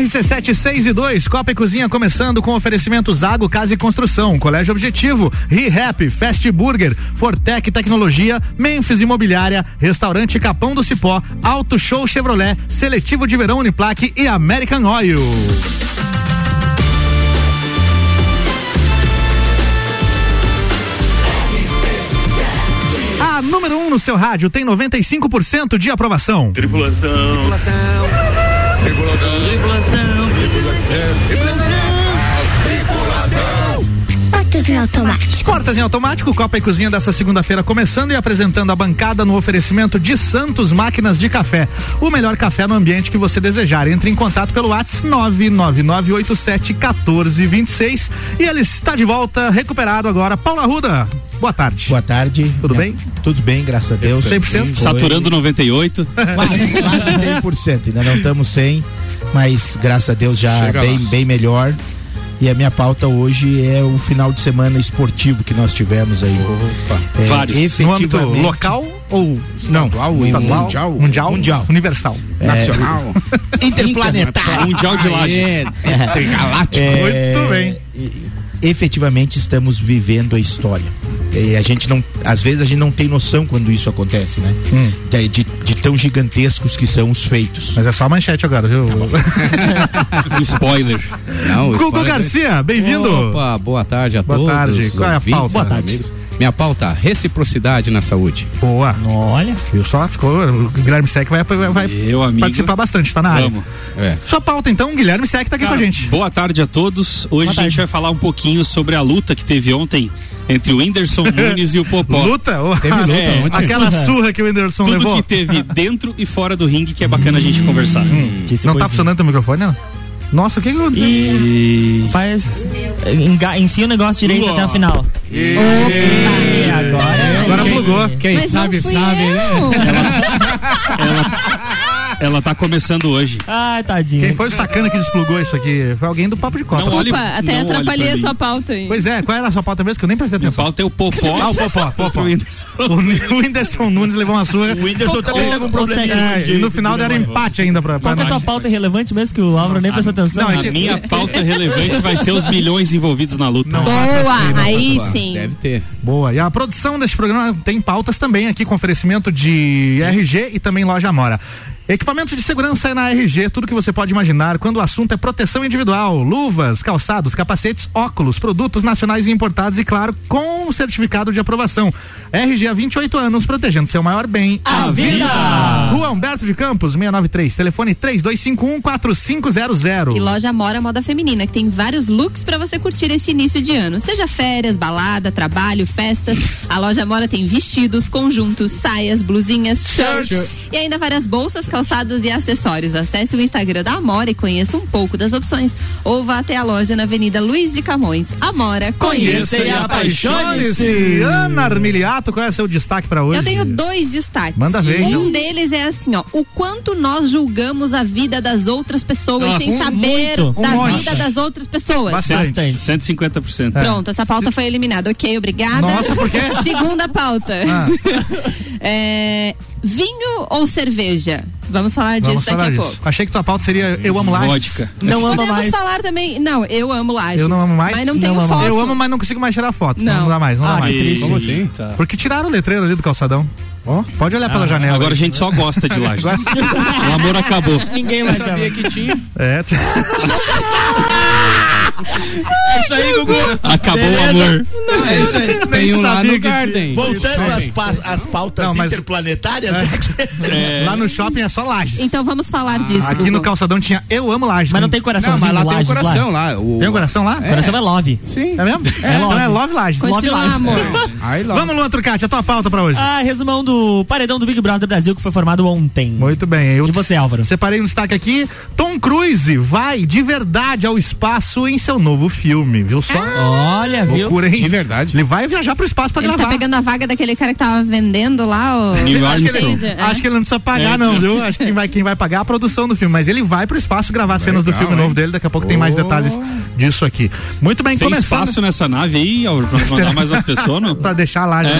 RC7 6 e 2, Copa e Cozinha começando com oferecimentos Zago Casa e Construção, Colégio Objetivo, ReHap, Fast Burger, Fortec Tecnologia, Memphis Imobiliária, Restaurante Capão do Cipó, Auto Show Chevrolet, Seletivo de Verão Uniplaque e American Oil. A número 1 um no seu rádio tem 95% de aprovação. Tripulação. Tripulação. Tripulação. Portas em automático. Portas em automático, Copa e Cozinha dessa segunda-feira começando e apresentando a bancada no oferecimento de Santos Máquinas de Café. O melhor café no ambiente que você desejar. Entre em contato pelo Whats 999871426 e ele está de volta, recuperado agora. Paula Ruda, boa tarde. Boa tarde. Tudo Minha- bem? Tudo bem, graças a Deus. 100%? Sim, Saturando 98. Quase, quase 100%, ainda não estamos 100, mas graças a Deus já Chega bem, lá. bem melhor. E a minha pauta hoje é o final de semana esportivo que nós tivemos aí. É, Vários. No âmbito Efetivamente, local ou Não, estadual, mundial, mundial, mundial. É, universal. nacional, interplanetário. Um Mundial de Lages. Galáctico. É, Muito bem. e- e- Efetivamente estamos vivendo a história. E a gente não, às vezes a gente não tem noção quando isso acontece, né? Hum. De, de- de tão gigantescos que são os feitos. Tá Mas é só a manchete agora, viu? Um spoiler. Não, o Gugu spoiler- Garcia, bem-vindo. Opa, boa tarde a Boa todos. tarde. Qual é a ouvintes, pauta? Boa tarde. amigos. Minha pauta, reciprocidade na saúde. Boa. Olha, Viu só? Ficou. O Guilherme Sec vai, vai- vai Meu amigo. participar bastante, tá na área. Vamos. É. Sua pauta, então, Guilherme Sec tá aqui com a gente. Boa tarde a todos. Hoje a gente vai falar um pouquinho sobre a luta que teve ontem entre o Whindersson Nunes e o Popó. Luta? Ô, Teve luta é, ontem. aquela surra que o Anderson Tudo levou. Hum. que teve dentro e fora do ringue que é bacana a gente conversar. Hum. Não tá funcionando teu microfone, né? Nossa, o que que aconteceu? E Faz. enga- Enfia o negócio direito Ó. até o final. E agora. Agora plugou. Quem Mas não sabe, fui sabe, eu. né? tá ela tá começando hoje. Ai, tadinho. Quem foi o sacana que desplugou isso aqui? Foi alguém do Papo de Costa. Não, olha- Opa, até não olhe atrapalhei pra a mim. sua pauta aí. Pois é, qual era a sua pauta mesmo? Que eu nem prestei Minha atenção. pauta é o Popó. Ah, o Popó, Popó. O Whindersson. O, o Whindersson Nunes levou uma surra. O Whindersson também tá com probleminha É, e no final deram empate ainda pra, pra Qual que é a tua nós. pauta irrelevante mesmo que o Álvaro nem prestou atenção? tá não, é A que- minha pauta relevante vai ser os milhões envolvidos na luta. Não. Boa, aí sim. Deve ter. Boa. E a produção deste programa tem pautas também aqui com oferecimento de RG e também loja Amora. Equipamentos de segurança é na RG, tudo que você pode imaginar quando o assunto é proteção individual, luvas, calçados, capacetes, óculos, produtos nacionais e importados e, claro, com certificado de aprovação. RG há 28 anos, protegendo seu maior bem, a vida! Rua Humberto de Campos, 693, telefone 3251-4500. E loja Amora Moda Feminina, que tem vários looks pra você curtir esse início de ano. Seja férias, balada, trabalho, festas. A loja Amora tem vestidos, conjuntos, saias, blusinhas, shirts e ainda várias bolsas, calçados e acessórios. Acesse o Instagram da Amora e conheça um pouco das opções. Ou vá até a loja na Avenida Luiz de Camões. Amora, conheça. Conheça e apaixone-se! Ana Armiliato, qual é seu destaque pra hoje? Eu tenho dois destaques. Manda ver, Um então. deles é assim, ó. O quanto nós julgamos a vida das outras pessoas Nossa, sem um- saber muito, um da monte. vida das outras pessoas. Bastante. 150%. Pronto, essa pauta foi eliminada. Ok, obrigada. Nossa, por quê? Segunda pauta. Ah. É, vinho ou cerveja? Vamos falar Vamos disso daqui falar a disso. pouco. Achei que tua pauta seria Eu Amo Lages. Vodka. Não ama Podemos mais. falar também. Não, eu amo lajes. Eu não amo mais. Mas não, Não tenho amo foto. Eu amo, mas não consigo mais tirar foto. Não, Não. dá mais, não dá Ah, mais. que triste. Como assim? Eita. Porque tiraram o letreiro ali do calçadão. Pode olhar pela janela. Agora Ah. a gente tá só gosta Tá de Lages. o amor acabou. Ninguém mais sabe. que tinha. É, t- isso aí, Gugu. Acabou o amor. É isso aí. Tem um lá sabia no que Garden. Voltando às, pa- às pautas Não, mas- interplanetárias, né? É, lá no shopping é só Lages. Então vamos falar disso. Ah, Aqui no Gugu. calçadão tinha Eu Amo Lages. Mas não tem coração, Não, mas lá tem o coração lá. O... Tem um coração lá? Coração é love. Sim. É mesmo? É então love. é Love Lages. Continua, Love amor. Aí lá. Vamos, Luan Trucati, a tua pauta pra hoje. Ah, resumão do paredão do Big Brother Brasil que foi formado ontem. Muito bem. Eu E você, Álvaro? Separei um destaque aqui. Tom Cruise vai de verdade ao espaço em esse é o novo filme, viu só? Olha, viu? Loucura, hein? De verdade. Ele vai viajar pro espaço pra Ele tá gravar. pegando a vaga daquele cara que tava vendendo lá o. Neil o Armstrong. taser, é. Acho que ele não precisa pagar, não, viu? Acho que quem vai, quem vai pagar é a produção do filme. Mas ele vai pro espaço gravar cenas do Legal, filme novo hein? dele. Daqui a pouco tem mais detalhes disso aqui. Muito bem, Tem começando. espaço nessa nave aí, Álvaro, pra mandar mais umas pessoas, não? É. Pra deixar lá, né?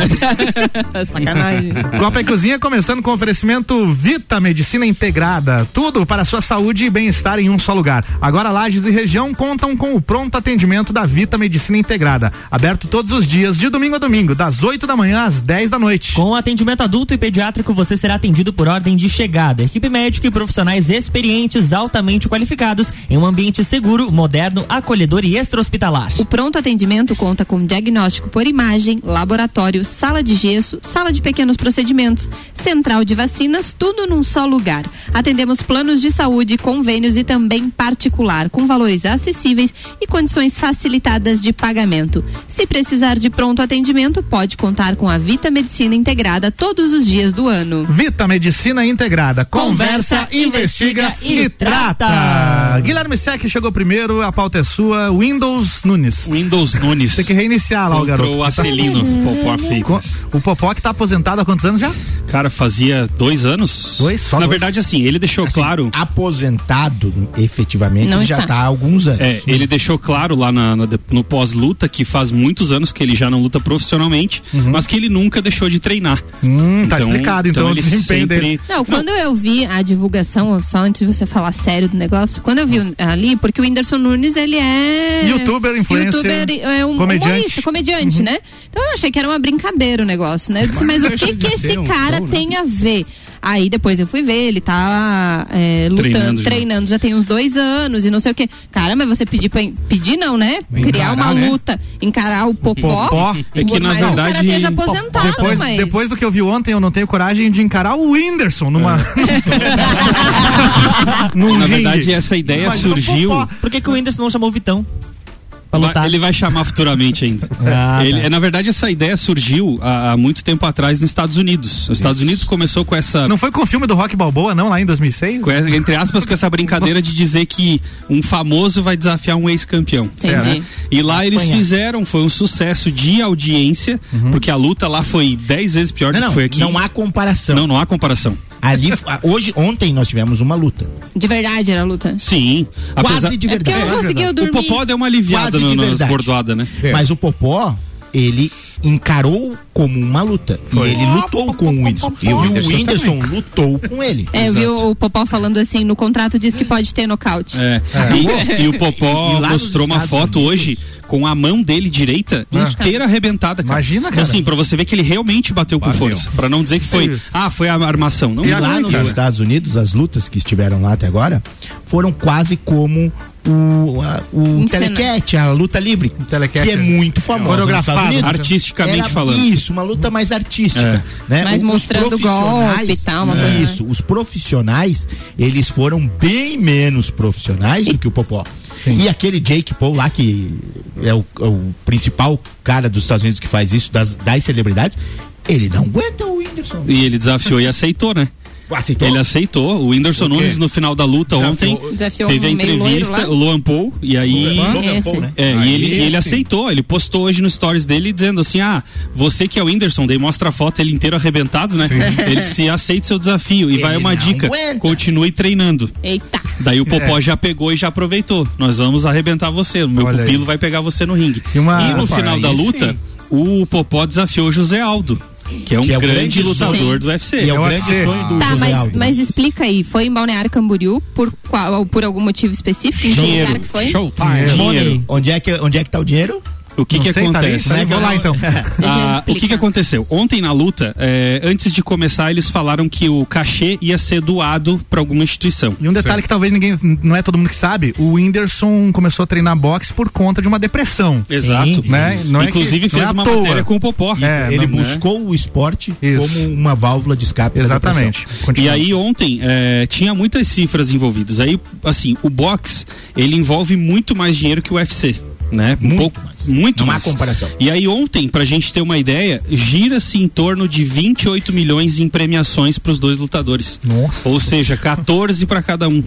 Sacanagem. Copa e Cozinha começando com oferecimento Vita Medicina Integrada. Tudo para sua saúde e bem-estar em um só lugar. Agora Lages e região contam com o pronto atendimento da Vita Medicina Integrada. Aberto todos os dias, de domingo a domingo, das 8 da manhã às 10 da noite. Com atendimento adulto e pediátrico, você será atendido por ordem de chegada. Equipe médica e profissionais experientes, altamente qualificados, em um ambiente seguro, moderno, acolhedor e extra-hospitalar. O pronto atendimento conta com diagnóstico por imagem, laboratório, sala de gesso, sala de pequenos procedimentos, central de vacinas, tudo num só lugar. Atendemos planos de saúde, convênios e também particular, com valores acessíveis e condições facilitadas de pagamento. Se precisar de pronto atendimento, pode contar com a Vita Medicina Integrada todos os dias do ano. Vita Medicina Integrada. Conversa, investiga e trata. Guilherme Sec chegou primeiro, a pauta é sua. Windows Nunes. Windows Nunes. Tem que reiniciar lá o Contra garoto. o que tá- Acelino, Popó Freitas. Co- O Popó que tá aposentado há quantos anos já? Cara, fazia dois anos. Dois? Só Na dois? verdade, assim, ele deixou claro. Aposentado, efetivamente, Não ele já está. está há alguns anos. É, ele deixou claro lá na- na- no pós-luta que faz muitos anos que ele já não luta profissionalmente, mas que ele nunca deixou de treinar. Uhum. Hum, tá explicado, então, o ele desempenho dele. Não, quando eu vi a divulgação, só antes de você falar sério do negócio, quando eu vi o- ali, porque o Whindersson Nunes, ele é. Youtuber, influencer, Youtuber, é um comediante. Uhum. humorista, comediante, né? Então eu achei que era uma brincadeira o negócio, né? Eu disse, mas o que, que esse um cara show, então, né? tem a ver? Aí depois eu fui ver, ele tá é, lutando, Treinando treinando, já. já tem uns dois anos e não sei o quê. Cara, mas você pedir pra. Pedir não, né? Criar uma encarar, né? luta, encarar o popó. Popó. É que, na mas o cara verdade, é esteja aposentado, Depois, mas. depois do que eu vi ontem, eu não tenho coragem de encarar o Whindersson numa. num É. ringue. Na verdade, essa ideia Imagina o Popó. surgiu. Por que, que o Whindersson não chamou o Vitão? Pra Vai- lutar. ele vai chamar futuramente ainda. Ah, Ele- tá. é, na verdade, essa ideia surgiu há, há muito tempo atrás nos Estados Unidos. Os Estados Unidos começou com essa. Não foi com o filme do Rock Balboa, não, lá em 2006? com essa- entre aspas, com essa brincadeira de dizer que um famoso vai desafiar um ex-campeão. Entendi. né? E lá eles Apanhar. fizeram, foi um sucesso de audiência, porque a luta lá foi 10 vezes pior Não, do não, que foi aqui. não há comparação. Não, não há comparação. Ali, a- hoje, ontem nós tivemos uma luta. De verdade era a luta. Sim. apesar- Quase de É porque verdade. eu não conseguia O dormir. Popó deu uma aliviada Quase no, de nas verdade. bordoadas, né? Mas o Popó, ele encarou como uma luta. E ele lutou com o Whindersson. E o Whindersson lutou com ele. É, eu vi o Popó falando assim, no contrato diz que pode ter nocaute. É. E, e o Popó E- e lá nos mostrou uma Estados foto Unidos- Ah. hoje com a mão dele direita inteira arrebentada, cara. Imagina, cara. Assim, pra você ver que ele realmente bateu com força. Pra não dizer que foi, ah, foi a armação. Não, E não, lá não, nos cara. Estados Unidos, as lutas que estiveram lá até agora foram quase como o, a, o Encenado. telequete, a luta livre, telequete. que é muito famosa. nos Coreografado. Estados Unidos. Artisticamente Era falando. É. Isso, uma luta mais artística. Né? Mais O- os mostrando o profissionais- golpe e tal, uma coisa, né? Isso, os profissionais, eles foram bem menos profissionais do que o Popó. E aquele Jake Paul lá, que é o, é o principal cara dos Estados Unidos que faz isso, das, das celebridades, ele não aguenta o Whindersson. E ele desafiou e aceitou, né? Aceitou? Ele aceitou. O Whindersson Nunes, no final da luta Desafiou- ontem, Desafiou teve a um meio loiro entrevista, lá. o Luan Paul, e aí. Logan Esse. Paul, né? É, e Aí ele, ele sim. aceitou, ele postou hoje no stories dele dizendo assim: ah, você que é o Whindersson, daí mostra a foto ele inteiro arrebentado, né? Ele se aceita o seu desafio. E vai Ele uma não dica: aguenta. É. continue treinando. Eita. Daí o Popó já pegou e já aproveitou. Nós vamos arrebentar você. O meu Olha pupilo aí. vai pegar você no ringue. E E, uma- no Opa, final da aí luta, o Popó desafiou o José Aldo, que é um Que é o grande, grande lutador Sim. do UFC. E é Eu o grande achei. sonho do Tá, José mas, Aldo. mas explica aí, foi em Balneário Camboriú por, qual, por algum motivo específico? Em que lugar que foi? Dinheiro. Ah, Onde é que onde é que tá o dinheiro? tá O que Não que sei, acontece? Thalita, né? Vou lá então. é Ah, o que, que explicar. aconteceu? Ontem na luta, eh, antes de começar, eles falaram que o cachê ia ser doado para alguma instituição. E um detalhe que talvez ninguém, não é todo mundo que sabe, o Whindersson começou a treinar boxe por conta de uma depressão. Exato. Né? Não é que- Inclusive não é fez à uma toa. matéria com o Popó. É, ele não, né? buscou o esporte Isso. como uma válvula de escape. da Exatamente. depressão. E Continua. aí ontem eh, tinha muitas cifras envolvidas. Aí, assim, o box ele envolve muito mais dinheiro que o UFC, né? Um Muito pouco, mais. muito Não há mais. comparação. E aí ontem, pra gente ter uma ideia, gira-se em torno de 28 milhões em premiações pros dois lutadores. Nossa. Ou seja, 14 para cada um.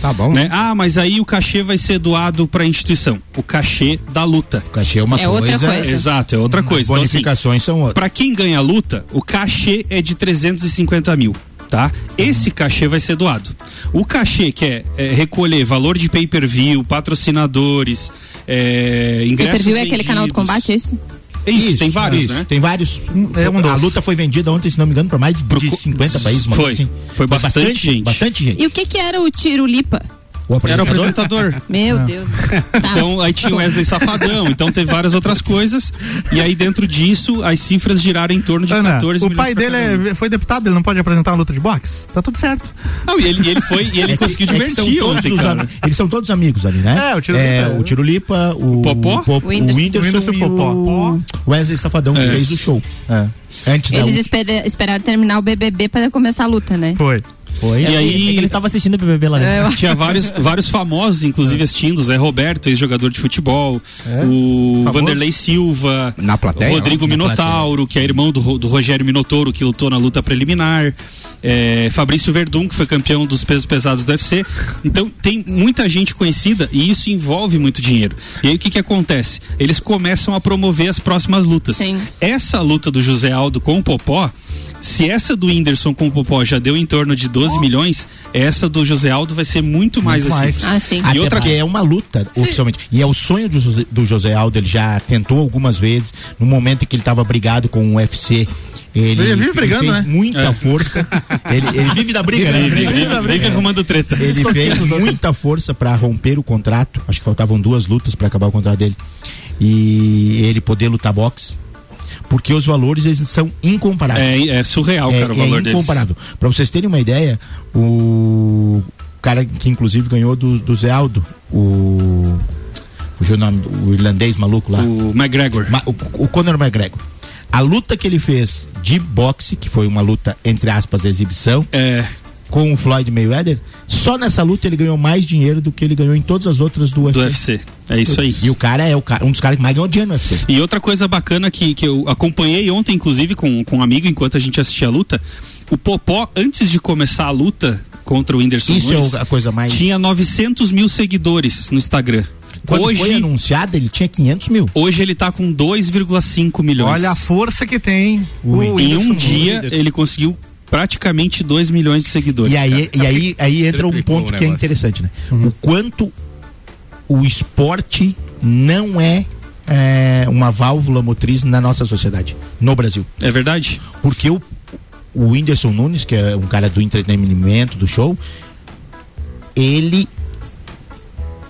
Tá bom. né? Ah, mas aí o cachê vai ser doado pra instituição. O cachê da luta. O cachê é uma É outra coisa. Exato, é outra As coisa. Então, assim, bonificações são outras. Pra quem ganha a luta, o cachê é de 350 mil. Tá? Esse cachê vai ser doado. O cachê que é, é, recolher valor de pay-per-view, patrocinadores, é, ingressos. Pay-per-view é aquele canal do vendidos. combate, é isso? Isso, tem vários, isso. né? Tem vários. É um a dos. luta foi vendida ontem, se não me engano, para mais de Pro co- 50 países. uma Foi. coisa assim. Foi bastante gente. Bastante gente. E o que que era o tiro lipa? O É Era o apresentador- Ah. apresentador. Meu Ah. Deus. Tá. Então, aí tinha o Wesley Safadão, então teve várias outras coisas. E aí, dentro disso, as cifras giraram em torno de Ana, 14 o milhões pai pra dele cada um. é- foi deputado, ele não pode apresentar uma luta de boxe? Tá tudo certo. Não, e ele, e ele foi e ele É que- conseguiu é que são divertir todos ontem, os cara. am- Eles são todos amigos ali, né? É, o Tirolipa. o Tirolipa, o, Popó? o, Pop- O o Whindersson. Whindersson O Whindersson e o Wesley Safadão, que É. fez o show. Antes da Eles última. espera- esperaram terminar o BBB para começar a luta, né? Foi. Foi. E É, aí- é que ele estava assistindo o BBB lá dentro. Eu- Tinha vários, vários famosos, É. inclusive, assistindo. O Zé Roberto, ex-jogador de futebol. O Famoso? Vanderlei Silva. Na plateia, o Rodrigo ó, na Minotauro, que é irmão do, Ro- do Rogério Minotauro, que lutou na luta preliminar. É, Fabrício Verdun, que foi campeão dos pesos pesados do UFC. Então, tem muita gente conhecida e isso envolve muito dinheiro. E aí, o que, que acontece? Eles começam a promover as próximas lutas. Sim. Essa luta do José Aldo com o Popó, se essa do Whindersson com o Popó já deu em torno de 12 milhões, essa do José Aldo vai ser muito mais Muito assim. mais. Ah, sim. Até E outra porque é uma luta, oficialmente. E é o sonho do José, do José Aldo, ele já tentou algumas vezes, no momento em que ele estava brigado com o UFC. Ele, Ele vive brigando, fez né? muita É. força. ele, ele É. vive da briga, né? Vive, vive, vive arrumando treta. Ele fez muita força pra romper o contrato. Acho que faltavam duas lutas pra acabar o contrato dele. E ele poder lutar boxe. Porque os valores eles são incomparáveis. É, é surreal, É, cara, o valor é deles. incomparável. Pra vocês terem uma ideia, o cara que inclusive ganhou do, do Zé Aldo, o. fugiu O, nome, do- o irlandês maluco lá. O McGregor. Ma- o, o Conor McGregor. A luta que ele fez de boxe, que foi uma luta, entre aspas, exibição, É, com o Floyd Mayweather, só nessa luta ele ganhou mais dinheiro do que ele ganhou em todas as outras do UFC. do UFC. É isso aí. E o cara é o cara, um dos caras que mais ganhou dinheiro no UFC. E outra coisa bacana que, que eu acompanhei ontem, inclusive, com, com um amigo, enquanto a gente assistia a luta, o Popó, antes de começar a luta contra o Whindersson Isso Nunes, é a coisa mais. tinha 900 mil seguidores no Instagram. Quando foi Hoje, anunciado, ele tinha 500 mil. hoje ele tá com 2,5 milhões. Olha a força que tem Ui. o em um Whindersson. dia, Whindersson. ele conseguiu praticamente 2 milhões de seguidores. É E aí, e aí, aí entra um Triplicou ponto que o é negócio. interessante, né? Uhum. O quanto o esporte não é, é, uma válvula motriz na nossa sociedade, no Brasil. É verdade? Porque o, o Whindersson Nunes, que é um cara do entretenimento, do show, ele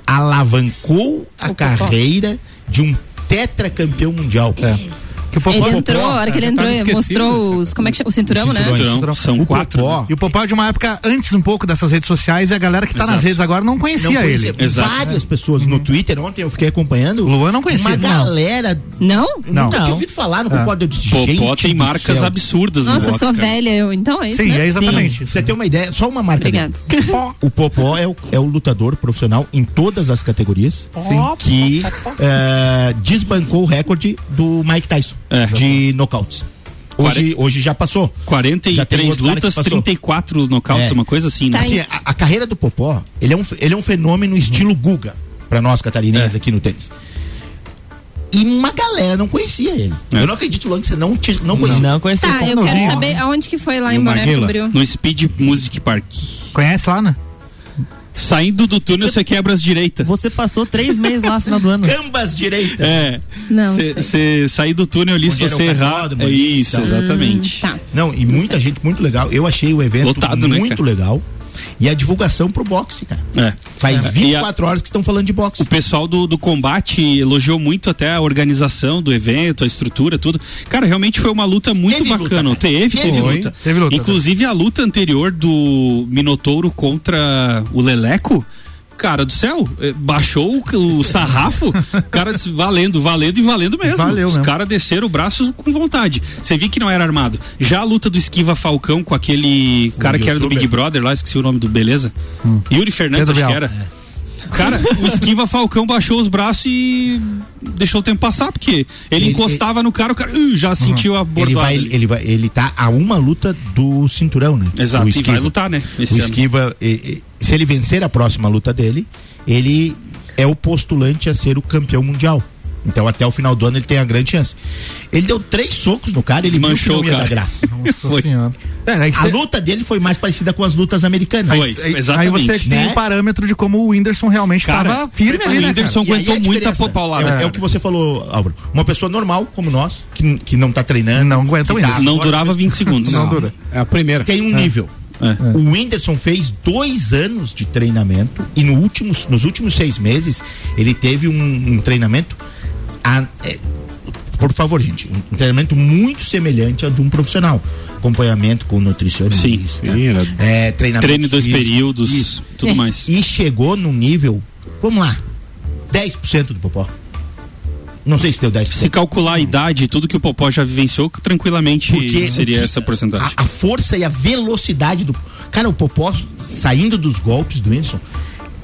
alavancou a carreira de um tetracampeão mundial. É. Que o Popó- Ele o entrou, Popó- a hora que ele é, entrou, tava esquecido mostrou dessa- os. Como é que chama? O cinturão, né? cinturões. Cinturão, são O quatro. Popó, né? E o Popó é de uma época antes um pouco dessas redes sociais e a galera que tá nas Exato. redes agora não conhecia não conhecia ele. Exato. várias pessoas no Twitter ontem eu fiquei acompanhando. Luan não conhecia. Uma Não. galera Não? eu nunca Não. tinha ouvido falar no Popó, eu disse, Popó gente tem do marcas céu. absurdas no Nossa, eu boxe, sou cara. velha, eu. Então é isso. Sim, né? é exatamente Pra isso. Você tem uma ideia, É, só uma marca Obrigado. dele. O Popó é o, é o lutador profissional em todas as categorias que eh, desbancou o recorde do Mike Tyson É. de nocautes. Hoje, hoje já passou. Já tem 43 outro cara que lutas, passou. 34 nocautes, É. uma coisa assim, Tá né? Assim, a, a carreira do Popó, ele é um, fe- ele é um fenômeno estilo Guga, pra nós catarinenses É. aqui no tênis. E uma galera não conhecia ele. É. Eu não acredito, Luan, que você não, te- não conhecia. Não conheci Tá, o eu Popó. quero saber aonde que foi lá em No Boné Maguila. Bombril. No Speed Music Park. Conhece lá, né? Saindo do túnel, você quebra as direitas. Você passou três meses lá no final do ano. Cambas direita. É. Não sei. Você sair do túnel ali, Onde se era você o errar. cartódromo É ali, isso, tá. exatamente. Tá. Não, e muita gente muito legal. Eu achei o evento Lotado, né, muito cara? legal. E a divulgação pro boxe, cara. É. Faz É. E a- 24 horas que estão falando de boxe. O pessoal do, do combate elogiou muito até a organização do evento, a estrutura, tudo. Cara, realmente foi uma luta muito Teve luta, bacana. cara. teve, Teve teve luta. luta. Teve luta. Inclusive a luta anterior do Minotouro contra o Leleco. Cara do céu, eh, baixou o, o sarrafo, o cara disse, valendo, valendo e valendo mesmo. Valeu Os mesmo. caras desceram o braço com vontade. Você viu que não era armado. Já a luta do Esquiva Falcão com aquele cara que era do youtuber. Hum. Big Brother lá, esqueci o nome do beleza. Yuri Fernandes, Pedro acho Né, que Bial. era. Cara, o Esquiva Falcão baixou os braços e deixou o tempo passar, porque ele, Ele- Uhum. encostava no cara, o cara "Ih", já sentiu a Ele, bordada. vai, ali. ele, vai, ele tá a uma luta do cinturão, né? Exato, O e Esquiva. vai lutar, né? Esse o ano. Esquiva, e- e- se ele vencer a próxima luta dele, ele é o postulante a ser o campeão mundial. Então até o final do ano ele tem a grande chance. Ele deu três socos no cara, ele Desmanchou viu que não o ia cara. dar graça. Nossa senhora. É, aí, A cê- luta dele foi mais parecida com as lutas americanas. Foi. aí- aí exatamente, você tem né? o parâmetro de como o Whindersson realmente tava firme ali, o né? Whindersson cara? E aí aguentou muito a diferença. pau- paulada. É, o- é cara. o que você falou, Álvaro. Uma pessoa normal, como nós, que, que não tá treinando. Não aguenta que o tá Whindersson. Não fora, durava 20 segundos. Não dura. É a primeira. Tem um nível. É. O Whindersson fez dois anos de treinamento e no últimos, nos últimos seis meses ele teve um, um treinamento. a- é, por favor, gente, um treinamento muito semelhante ao de um profissional. Acompanhamento com nutricionista. Sim, sim, era- é, treinamento Treino dois físico, períodos, isso. É. tudo mais. E chegou num nível, vamos lá, 10% do popó. Não sei se deu 10%. Se calcular a idade e tudo que o Popó já vivenciou, tranquilamente Porque seria o que- essa porcentagem. A, a força e a velocidade do. Cara, o Popó saindo dos golpes do Whindersson.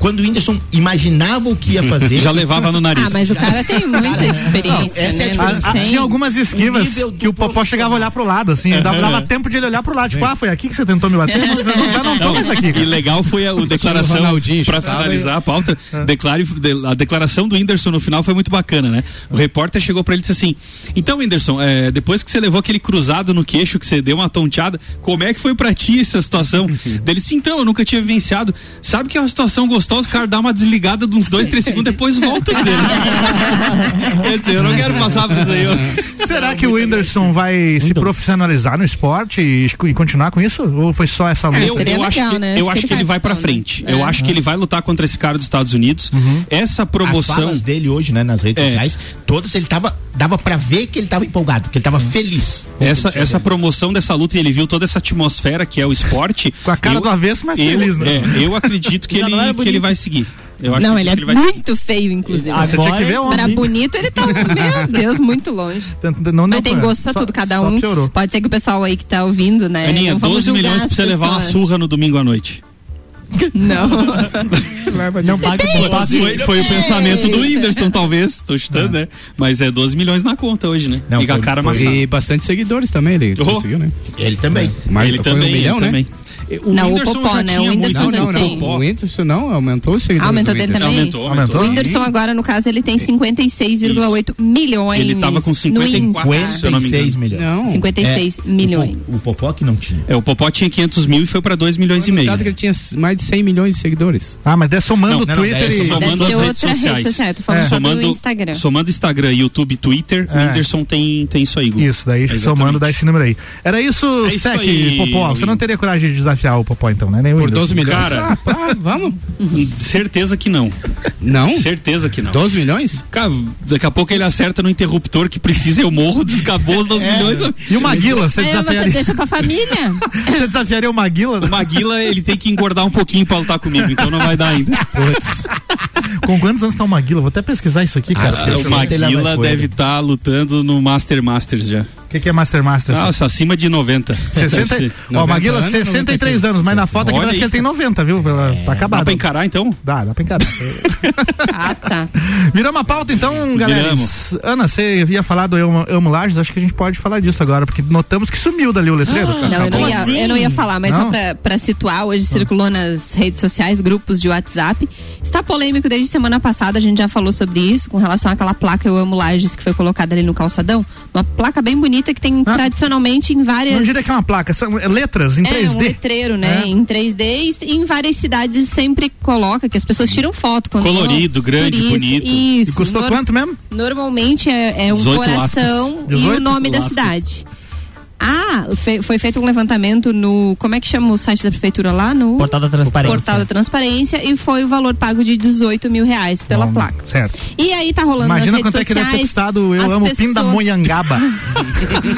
Quando o Whindersson imaginava o que ia fazer. Já levava no nariz. Ah, mas o cara tem muita experiência, essa é a né? diferença. Não Ah, tem. tinha algumas esquivas nível do que o Popó profissional. chegava a olhar pro lado, assim, dava, dava tempo de ele olhar pro lado, tipo, ah, foi aqui que você tentou me bater, mas eu já não tô Não, mais aqui. E cara. legal foi a o O declaração Ronaldinho para chutava finalizar a pauta. Ah. declare- de- a declaração do Whindersson no final foi muito bacana, né? O Ah. repórter chegou pra ele e disse assim: "Então, Whindersson, é, depois que você levou aquele cruzado no queixo que você deu uma tonteada, como é que foi pra ti essa situação?" Dele disse: "Então, eu nunca tinha vivenciado. Sabe que é uma situação gostosa, o cara dá uma desligada de uns dois, três segundos, depois volta a dizer. né?" Quer dizer, eu não quero passar por isso aí. ó. é Será que o Whindersson vai se profissionalizar no esporte e, e continuar com isso? Ou foi só essa luta? Eu, Ah, seria eu acho legal, que, né? eu Acho acho que que ele ele vai vai pra só, né? frente. Eu É. acho que ele vai lutar contra esse cara dos Estados Unidos. Uhum. Uhum. Essa As promoção. falas dele hoje, né, nas redes É. sociais, todas ele tava. Dava pra ver que ele tava empolgado, que ele tava Uhum. feliz. Essa, é essa promoção dessa luta e ele viu toda essa atmosfera que é o esporte. Com a cara do avesso, mas feliz, né? é, eu acredito que, Já ele, não era que ele bonito. vai seguir. Eu acredito é Não, ele é que ele vai muito feio, inclusive. você tinha que ver Pra ontem. bonito, ele tá, meu Deus, muito longe. Não Mas deu tem gosto pra só- tudo, cada só um. piorou. Pode ser que o pessoal aí que tá ouvindo, né? Aninha, não vamos 12 julgar milhões pra as você levar uma pessoas. surra no domingo à noite. Não. Não paga o botox. Foi, foi o pensamento do Whindersson, talvez. Tô chutando, né? Mas é 12 milhões na conta hoje, né? Não, e com a foi- cara foi- amassada. E bastante seguidores também, ele Oh. conseguiu, né? Ele também. Mas Ele foi também, um milhão, ele né? também. O Não, o Whindersson Popó, né? já tinha O muito- Whindersson já Não, não, tem. Ah, não, O Popó. Whindersson não, aumentou os seguidores. Aumentou do dele Whindersson. também? Aumentou, Aumentou? aumentou. O Whindersson agora, no caso, ele tem 56,8 milhões. Ele tava com no 54. Insta. Se eu não me 56 engano. milhões. Não. É, 56 milhões. O, po- o Popó que não tinha. É, o Popó tinha 500 mil e foi pra 2 milhões e Foi meio. anunciado que ele tinha mais de 100 milhões de seguidores. Ah, mas daí somando o Não, não, é, não, daí Twitter e. somando- Deve Somando ser as redes outra rede sociais. É. social. Tô falando só do Instagram. somando Instagram, YouTube, Twitter, o É. Whindersson tem, tem isso aí, Gu. Isso, daí Exatamente. somando dá esse número aí. Era isso, É isso Sec, aí, Popó. Você Will. não teria coragem de desafiar o Popó, então, né? Nem o Por Whindersson. 12 milhões. Cara. Ah, pá, vamos. Certeza que não. Não? Certeza que não. 12 milhões? Cara, daqui a pouco ele acerta no interruptor que precisa, eu morro, descabou os 12 milhões. É. E o Maguila, você Aí você desafiaria, deixa pra família. você desafiaria o Maguila né? O Maguila, ele tem que engordar um pouquinho pra lutar comigo, então não vai dar ainda. Com quantos anos tá o Maguila? Vou até pesquisar isso aqui, cara. Ah, Ah, o Maguila deve estar lutando no Master Masters já. O que, que é Master Master? Nossa, acima de 90. Deve 60, ser. ó, o 90 Maguila, anos, 63 anos, mas na foto aqui Olha parece que aí. ele tem 90, viu? Ela Tá É. Dá acabado. pra encarar então? Dá, dá pra encarar. Ah, tá. Viramos a pauta então, galera. Ana, você ia falar do Elmo, Elmo Lages, acho que a gente pode falar disso agora, porque notamos que sumiu dali o letreiro. cara. Ah, Não, eu não, Como ia, assim? eu não ia falar, mas Não? Tá. só pra, pra situar, hoje circulou nas redes sociais, grupos de WhatsApp. Está polêmico desde semana passada, a gente já falou sobre isso, com relação àquela placa Eu Amo Lages que foi colocada ali no calçadão. Uma placa bem bonita que tem Ah. tradicionalmente em várias. Não diria que é uma placa, são letras em É, 3D. um letreiro, né? É. Em 3D e em várias cidades sempre coloca, que as pessoas tiram foto. Quando Colorido, vão. grande, bonito. E Isso. custou Nor- quanto mesmo? Normalmente é, é um 18 coração lascas. e 18 o nome lascas. da cidade. Ah, fe- foi feito um levantamento no. Como é que chama o site da prefeitura lá? No Portal da Transparência. Portal da Transparência e foi o valor pago de 18 mil reais pela Bom, placa. Certo. E aí tá rolando Imagina nas quanto redes é que deve ter sociais, custado Eu as Amo pessoas- Pindamonhangaba.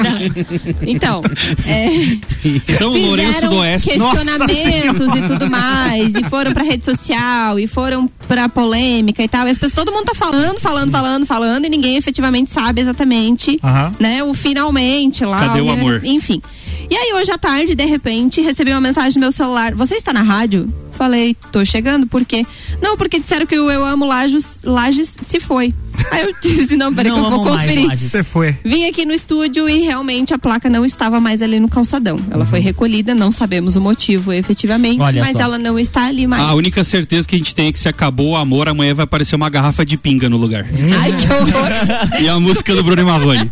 Então, é, São Lourenço fizeram do Oeste. questionamentos e tudo mais, e foram pra rede social, e foram pra polêmica e tal. E as pessoas, todo mundo tá falando, falando, falando, falando, e ninguém efetivamente sabe exatamente, Aham. né, o finalmente lá. Cadê o né, amor? Enfim. E aí, hoje à tarde, de repente, recebi uma mensagem no meu celular. Você está na rádio? Falei, falei, tô chegando, por quê? Não, porque disseram que o Eu Amo Lages, Lages se foi. Aí eu disse, não, peraí que Não eu vou amo mais conferir. Lages. Você foi. Vim aqui no estúdio e realmente a placa não estava mais ali no calçadão. Ela foi recolhida, não sabemos o motivo efetivamente, Olha mas só. ela não está ali mais. A única certeza que a gente tem é que se acabou o amor, amanhã vai aparecer uma garrafa de pinga no lugar. Ai, que horror! E a música do Bruno Marrone.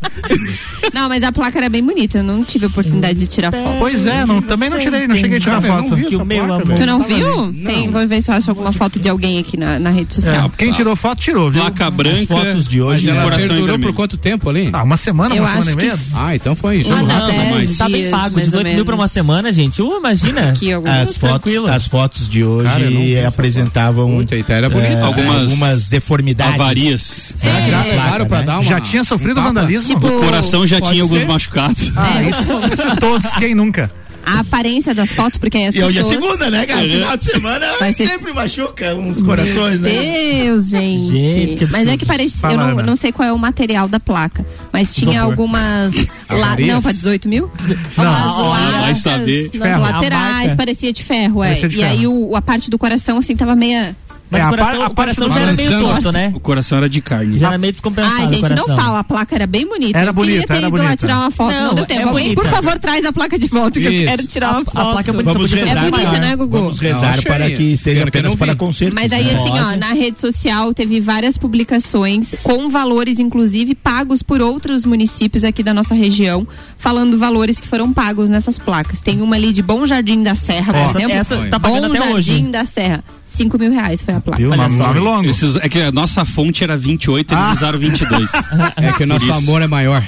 não, mas a placa era bem bonita, eu não tive a oportunidade de tirar foto. Pois é, não, também não tirei, não cheguei a tirar Cara, eu não foto. vi que essa o meu placa, amor- velho. Tu não Tava viu? ali. Tem, vou ver se eu acho alguma foto de alguém aqui na, na rede É, social. quem tirou foto, tirou, viu? Placa As branca. fotos de Mas hoje, né? ela Coração em perdurou vermelho. por quanto tempo ali? Ah, uma semana, Eu uma semana acho e que meia? Ah, então foi. Ah, jogo não, Não, dez mas dias, tá bem pago, mais ou 18 mil pra uma menos. semana, gente. Uh, imagina. Aqui, algum- As fotos, Tranquilo. as fotos de hoje Cara, eu não vi essa apresentavam Puta, aí tá, era bonito. eh, Algumas- algumas, deformidades. Avarias. É. é sabe, Já da placa, claro pra né? dar uma. Já tinha sofrido um tapa. vandalismo? Tipo, O coração já Pode tinha alguns ser. machucados. Ah, É. isso, isso todos, quem nunca? a aparência das fotos, porque as E pessoas... Uhum. hoje é segunda, né, cara? É. Final de semana Vai ser- sempre machuca uns corações, né? Deus, gente. Gente, que mas é que absurdo. parecia. Fala, eu não, Ana. não sei qual é o material da placa, mas tinha Isopor. algumas. La, Avarias? não, pra 18 mil? Não. Algumas Vai lascas saber. De nas ferro. A laterais, marca. parecia de ferro, é. Parecia de e ferro. aí o- a parte do coração, assim, tava meia. Mas É, o a coração, par- a o coração parte já era meio balançando. torto, né? O coração era de carne. Já era meio descompensado. Ai, gente, o coração. não fala, a placa era bem bonita. Era eu queria bonita, ter era ido lá bonita. tirar uma foto. Não, Não, deu tempo. é Alguém, bonita. por favor, traz a placa de volta que eu Isso. quero tirar A, uma a foto. placa é bonita, Vamos só podia rezar, ser bonita, para, maior. né, Gugu? Vamos Não, rezar achei. para que seja Pior que eu apenas não para vi. concerto. Mas aí, assim, ó, na rede social teve várias publicações com valores, inclusive, pagos por outros municípios aqui da nossa região, falando valores que foram pagos nessas placas. Tem uma ali de Bom Jardim da Serra, Ó, por exemplo. essa tá Bom pagando até Jardim hoje. da Serra. 5 mil reais foi a placa. Viu? Olha Nome, só. nome longo. Ah. Esses- é que a nossa fonte era 28, eles usaram 22. É que o nosso isso. amor é maior.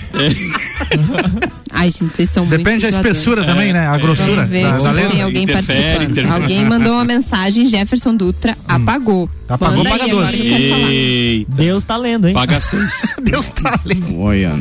Ai, gente, vocês são Depende muito da zoadores. espessura também, né? A grossura Vamos ver da, se da letra. tem alguém Interfere, participando. interfere. Alguém mandou uma mensagem, Jefferson Dutra apagou. Hum. Apagou, Manda aí pagador. agora que eu quero falar. Ei, Deus tá lendo, hein? paga seis. Deus tá ali. Olha.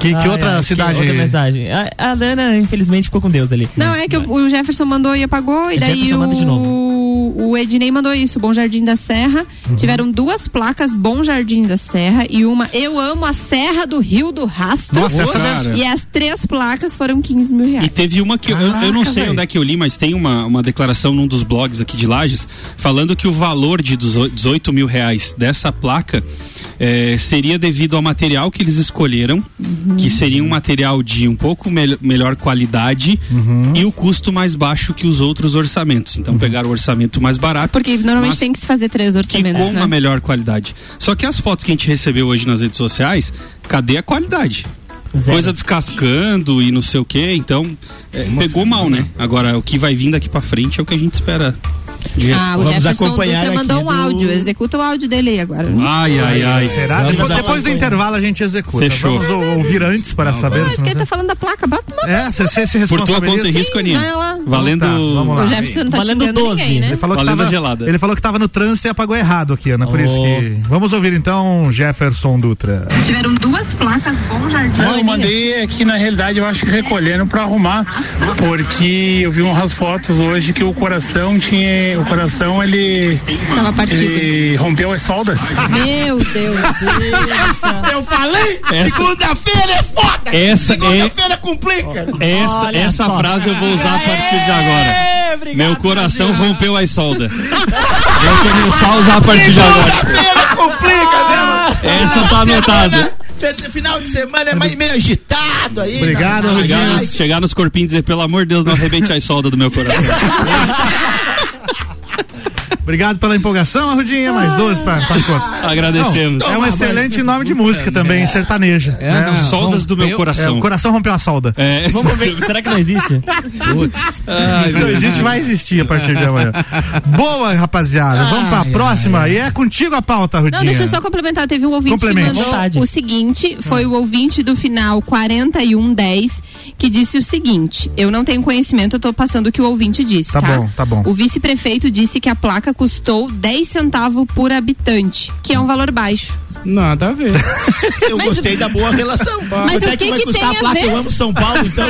Que, que Ai, outra ai, cidade? outra mensagem. A, a Lana, infelizmente, ficou com Deus ali. Não, é que o, o Jefferson mandou e apagou, e É, daí Jefferson, manda de o, o Ednei mandou isso, Bom Jardim da Serra. Uhum. Tiveram duas placas, Bom Jardim da Serra e uma Eu Amo a Serra do Rio do Rastro. Uhum. Nossa, essa Cara. E as três placas foram 15 mil E reais. teve uma que eu- eu, eu não Caraca, sei velho. onde é que eu li, mas tem uma, uma declaração num dos blogs aqui de Lages falando que o valor de 18 mil reais dessa placa eh, seria devido ao material que eles escolheram, que seria um material de um pouco mel- melhor qualidade e o custo mais baixo que os outros orçamentos. Então pegaram o orçamento mais barato. Porque normalmente mas tem que se fazer três que orçamentos, com né? a melhor qualidade. Só que as fotos que a gente recebeu hoje nas redes sociais, cadê a qualidade? Zero. Coisa descascando e não sei o que, então é, pegou mal, né? Agora, o que vai vindo daqui pra frente é o que a gente espera de Ah, o resposta. Vamos Jefferson acompanhar Dutra aqui mandou um do- áudio, executa o áudio dele aí agora. Ai, ai, ai. Será? Vamos Depois, lá, depois do põe. intervalo a gente executa. Fechou. Vamos ou- ouvir antes para saber. Ah, acho que ele tá falando da placa, bota uma É, você você se Por tua responsabiliza. conta e risco, Aninha. vai lá. Valendo. Tá, vamos lá. O Jefferson não tá Valendo xingando 12, ninguém, né? Ele falou, que Valendo tava, a gelada. ele falou que tava no trânsito e apagou errado aqui, Ana. Por isso Oh. que. Vamos ouvir então Jefferson Dutra. Tiveram duas placas, Bom Jardim. Não, eu mandei aqui na realidade eu acho que recolhendo pra arrumar, porque eu vi umas fotos hoje que o coração tinha, o coração ele, Tava partido. ele rompeu as soldas. Meu Deus. Eu falei! Segunda-feira é foda! Essa é Segunda-feira complica! essa, Olha essa só. frase eu vou usar a partir de agora. É, obrigado, Meu coração Brasil. rompeu as soldas. Vou começar a usar a partir de agora. Segunda-feira complica, né, mano? Essa tá anotada. Fe- Final de semana é mais meio agitado aí. Obrigado, né? Ai, Chegar ai, nos, chegar nos corpinhos e dizer, pelo amor de Deus, não arrebente as soldas do meu coração. Obrigado pela empolgação, Arrudinha. Mais dois para conta. Agradecemos. É um excelente nome de música também, sertaneja. É, né? não. Soldas do meu É, coração. o coração rompeu a solda. É. Vamos ver, será que não existe? Putz. Não existe, vai existir a partir de amanhã. Boa, rapaziada. Vamos pra próxima. E é contigo a pauta, Rudinha. Não, deixa eu só complementar. Teve um ouvinte Complemente. que mandou Vontade. o seguinte: foi o ouvinte do final 4110 que disse o seguinte: Eu não tenho conhecimento, eu tô passando o que o ouvinte disse. Tá Tá, bom, tá bom. O vice-prefeito disse que a placa custou 10 centavos por habitante, que é um valor baixo. Nada a ver. Eu gostei da boa relação. Mas Quanto o é que que vai que custar tem a a placa? ver? Eu amo São Paulo, então.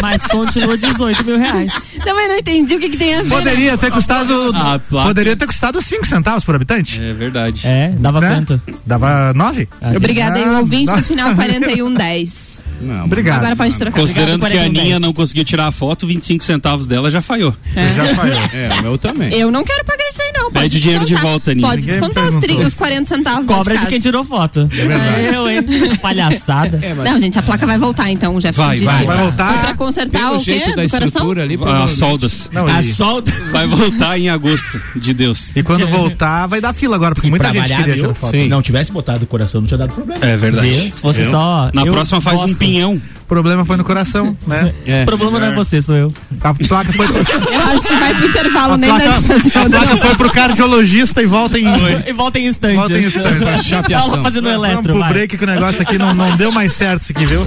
Mas continua 18 mil reais. Também não entendi o que, que tem a ver. Poderia ter custado. A placa. Poderia ter custado 5 centavos por habitante. É verdade. É, dava né? quanto? Dava 9? Obrigada aí, Ah, o ouvinte dá- do final 4110. Não. Obrigado. Agora pode trocar. Considerando que a 41, Aninha 10. não conseguiu tirar a foto, 25 centavos dela já falhou. É. Já falhou. É, o meu também. Eu não quero pagar isso aí, não. Pede dinheiro de volta, Aninha. Pode Ninguém descontar os, perguntou. tri- os 40 centavos. lá Cobra de casa. quem tirou foto. É verdade. eu, hein? Palhaçada. É, mas Não, gente, a placa vai voltar então, o Jefferson Vai, disse. vai, vai voltar. Foi pra consertar pelo o quê? jeito da Do coração? estrutura Ah, ali, As provavelmente. soldas. Não, A e, solda. Vai voltar em agosto, de Deus. e quando voltar, vai dar fila agora, porque E muita pra gente variar, queria viu? tirar foto. Se não tivesse botado o coração, não tinha dado problema. É verdade. Vê, Se fosse só. Na eu próxima faz um gosto. pinhão. O problema foi no coração, né? O problema não é você, sou eu. A placa foi, Eu acho que vai pro intervalo, né, a nem dá placa, de fazer a outra. placa foi pro cardiologista e volta em. E volta em instantes. Volta em instantes. Tava fazendo Vamos eletro, pro vai. break que o negócio aqui não, não deu mais certo isso aqui, viu?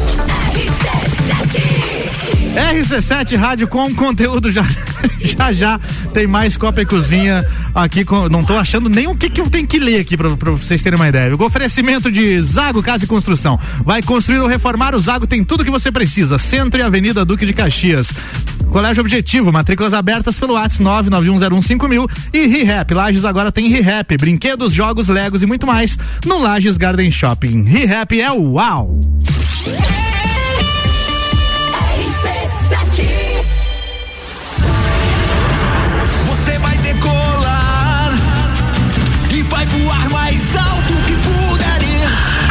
RC7 Rádio com conteúdo já já já tem mais Copa e Cozinha aqui com, não tô achando nem o que que eu tenho que ler aqui pra pra vocês terem uma ideia. O oferecimento de Zago Casa e Construção. Vai construir ou reformar, o Zago tem tudo que você precisa. Centro e Avenida Duque de Caxias. Colégio Objetivo, matrículas abertas pelo ATS 991015000 e ReHap. Lages agora tem ReHap, brinquedos, jogos, legos e muito mais no Lages Garden Shopping. ReHap é o uau. Você vai decolar e vai voar mais alto que puder ir.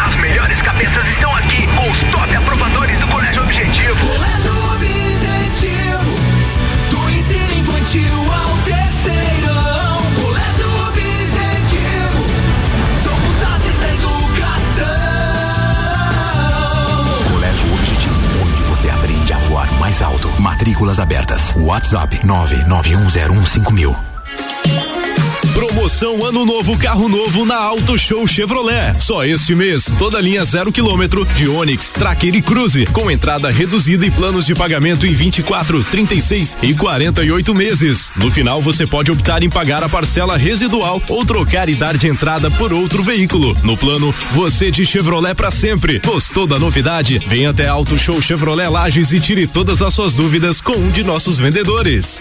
As melhores cabeças estão aqui, com os top aprovadores do Colégio Objetivo. Colégio Objetivo, do ensino infantil ao terceirão. Colégio Objetivo, somos ases da educação. Colégio Objetivo, onde você aprende a voar mais alto. Matrículas abertas. WhatsApp 991015000. Promoção Ano Novo Carro Novo na Auto Show Chevrolet. Só este mês, toda linha zero quilômetro de Onix, Tracker e Cruze, com entrada reduzida e planos de pagamento em 24, 36 e 48 meses. No final, você pode optar em pagar a parcela residual ou trocar e dar de entrada por outro veículo. No plano, você de Chevrolet para sempre. Gostou da novidade? Vem até Auto Show Chevrolet Lages e tire todas as suas dúvidas com um de nossos vendedores.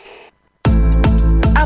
A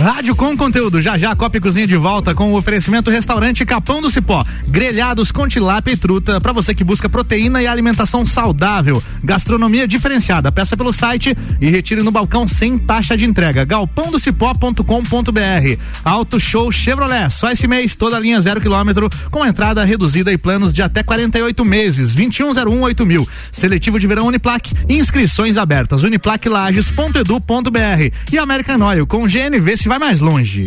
Rádio com conteúdo. Já já, Copa e Cozinha de volta com o oferecimento Restaurante Capão do Cipó. Grelhados com tilápia e truta para você que busca proteína e alimentação saudável. Gastronomia diferenciada. Peça pelo site e retire no balcão sem taxa de entrega. galpondocipó.com.br. Auto Show Chevrolet. Só esse mês, toda a linha zero quilômetro com entrada reduzida e planos de até 48 meses. 2101 mil. Seletivo de verão Uniplac. Inscrições abertas. Uniplaclages.edu.br e American Oil com GNV se vai mais longe.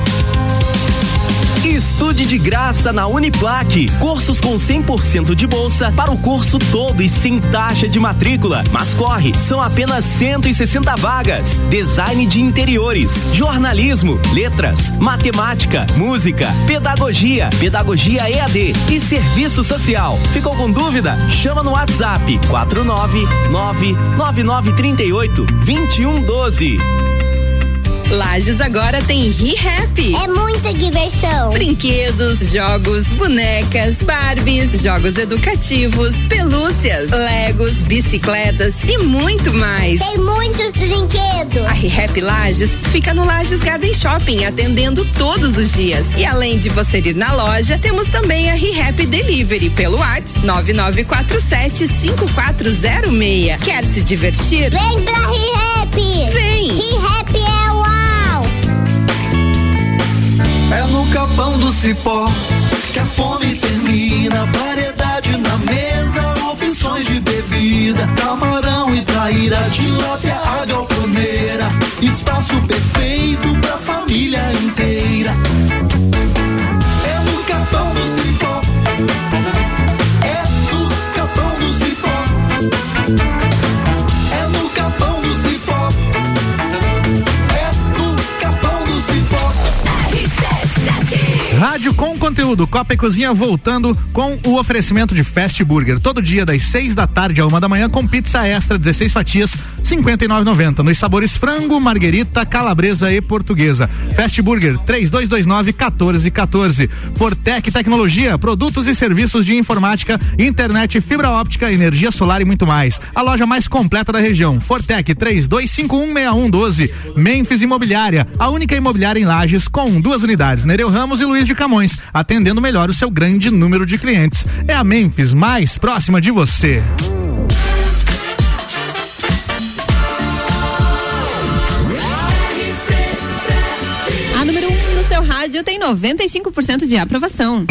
Estude de graça na Uniplaque. Cursos com 100% de bolsa para o curso todo e sem taxa de matrícula. Mas corre, são apenas 160 vagas. Design de interiores, jornalismo, letras, matemática, música, pedagogia, pedagogia EAD e serviço social. Ficou com dúvida? Chama no WhatsApp 499 9938 2112. Lages agora tem ReHap. É muita diversão. Brinquedos, jogos, bonecas, Barbies, jogos educativos, pelúcias, Legos, bicicletas e muito mais. Tem muitos brinquedos. A ReHap Lages fica no Lages Garden Shopping, atendendo todos os dias. E além de você ir na loja, temos também a ReHap Delivery pelo WhatsApp 99475406. Quer se divertir? Vem pra ReHap. Vem. Happy é uau! É no capão do cipó que a fome termina. Variedade na mesa, opções de bebida, camarão e traíra, tilápia, a galponeira. Espaço perfeito pra família inteira. É no capão do cipó. É no capão do cipó. É no capão do cipó. É no capão do cipó. Rádio com conteúdo, Copa e Cozinha voltando com o oferecimento de Fast Burger. Todo dia das 6 da tarde à uma da manhã com pizza extra 16 fatias, 59,90 nos sabores frango, marguerita, calabresa e portuguesa. Fast Burger 3229 1414. Fortec Tecnologia, produtos e serviços de informática, internet, fibra óptica, energia solar e muito mais. A loja mais completa da região. Fortec 32516112. Memphis Imobiliária, a única imobiliária em Lages com duas unidades, Nereu Ramos e Luiz de Camões, atendendo melhor o seu grande número de clientes. É a Memphis mais próxima de você. A número 1 um no seu rádio tem 95% de aprovação.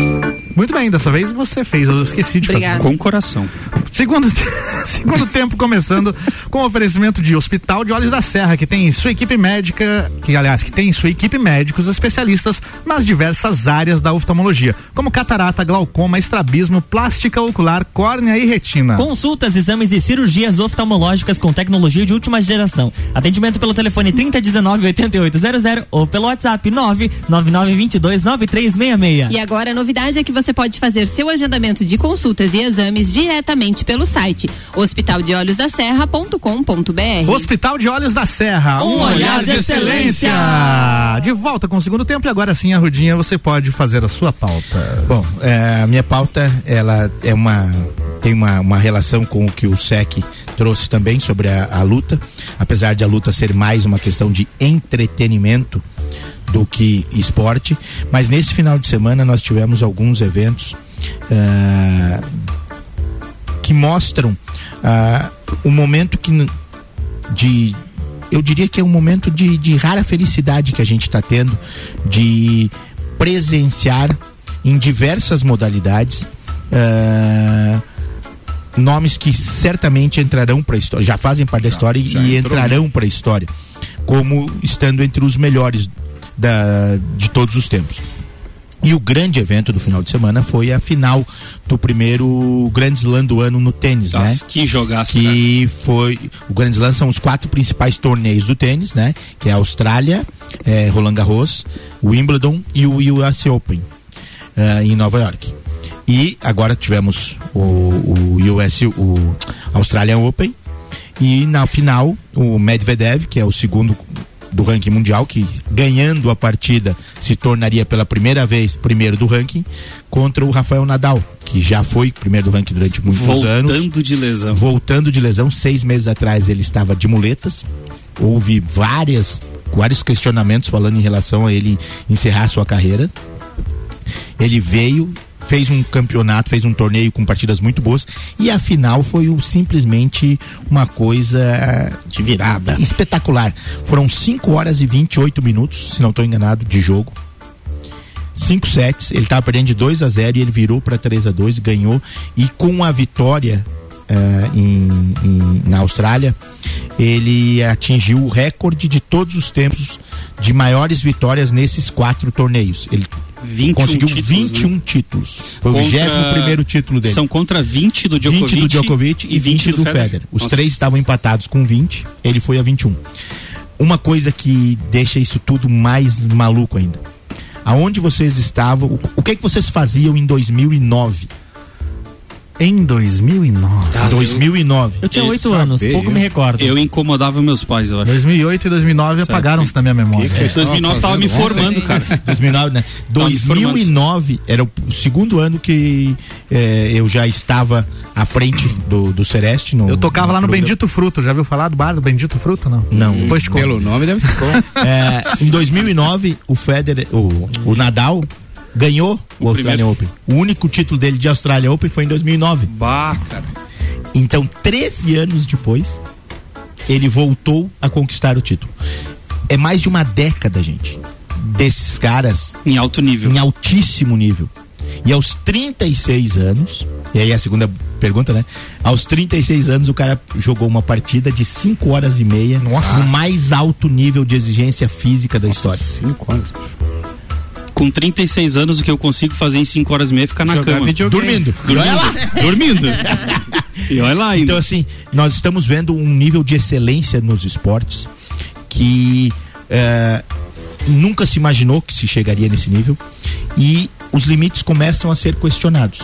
Muito bem, dessa vez você fez, eu esqueci de Obrigada. fazer. Com coração. Segundo, segundo tempo começando com oferecimento de Hospital de Olhos da Serra, que tem sua equipe médica, que aliás, que tem sua equipe médicos especialistas nas diversas áreas da oftalmologia, como catarata, glaucoma, estrabismo, plástica ocular, córnea e retina. Consultas, exames e cirurgias oftalmológicas com tecnologia de última geração. Atendimento pelo telefone 3019-8800 ou pelo WhatsApp 999229366. E agora a novidade é que você pode fazer seu agendamento de consultas e exames diretamente pelo site hospitaldeolhosdaserra.com.br. Hospital de Olhos da Serra, um, olhar, de excelência. De volta com o segundo tempo e agora sim, Arrudinha, você pode fazer a sua pauta. Bom, é, a minha pauta, ela é uma tem uma, uma relação com o que o SEC trouxe também sobre a, a luta, apesar de a luta ser mais uma questão de entretenimento do que esporte, mas nesse final de semana nós tivemos alguns eventos ah, que mostram ah, um momento que n- de eu diria que é um momento de, de rara felicidade que a gente está tendo de presenciar em diversas modalidades ah, nomes que certamente entrarão para a história, já fazem parte da história e- e entrarão para a história como estando entre os melhores da, de todos os tempos. E o grande evento do final de semana foi a final do primeiro Grand Slam do ano no tênis, né? Nossa, que jogaço, Que foi. O Grand Slam são os quatro principais torneios do tênis, né? Que é a Austrália, eh, Roland Garros, Wimbledon e o US Open eh, em Nova York. E agora tivemos o, o US, o Australian Open. E na final, o Medvedev, que é o segundo do ranking mundial, que ganhando a partida se tornaria pela primeira vez primeiro do ranking, contra o Rafael Nadal, que já foi primeiro do ranking durante muitos anos. Voltando de lesão. Voltando de lesão, seis meses atrás ele estava de muletas. Houve várias, vários questionamentos falando em relação a ele encerrar sua carreira. Ele veio, fez um campeonato, fez um torneio com partidas muito boas e a final foi o- simplesmente uma coisa de virada espetacular. Foram 5 horas e 28 minutos, se não estou enganado, de jogo. 5 sets, ele estava perdendo de 2 a 0 e ele virou para 3 a 2 ganhou e com a vitória eh, em- em- na Austrália, ele atingiu o recorde de todos os tempos de maiores vitórias nesses quatro torneios. Ele 21 Conseguiu títulos, 21 né? títulos. Foi o 21 título dele. São contra 20 do 20 Djokovic, do Djokovic e 20, do, Federer. Os Nossa. três estavam empatados com 20, ele foi a 21. Uma coisa que deixa isso tudo mais maluco ainda. Aonde vocês estavam? O, o que que vocês faziam em 2009? Em 2009. Tá, Em 2009. eu. Eu incomodava meus pais, eu acho. 2008 e 2009 Certo. apagaram-se da minha memória. É, Que que vocês 2009 estavam tava me fazendo formando, ontem? cara. 2009, né? Tava me formando. 2009 era o segundo ano que eh, eu já estava à frente do, do Celeste. No, Eu tocava lá no programa. Bendito Fruto, já viu falar do bar do Bendito Fruto? Não. Não. Depois te conto. Pelo nome deve ser É, Em 2009, o Federer, o, o Nadal ganhou o, Australian Open. O único título dele de Australian Open foi em 2009. Bah, cara. Então, 13 anos depois, ele voltou a conquistar o título. É mais de uma década, gente, desses caras em alto nível. Em altíssimo nível. E aos 36 anos, e aí a segunda pergunta, né? Aos 36 anos o cara jogou uma partida de 5 horas e meia no mais alto nível de exigência física da história. 5 horas. Com 36 anos, o que eu consigo fazer em 5 horas e meia é ficar na Jogar cama. videogame. Dormindo. E Dormindo. olha lá. Dormindo. E olha lá ainda. Então, assim, nós estamos vendo um nível de excelência nos esportes que eh, nunca se imaginou que se chegaria nesse nível e os limites começam a ser questionados.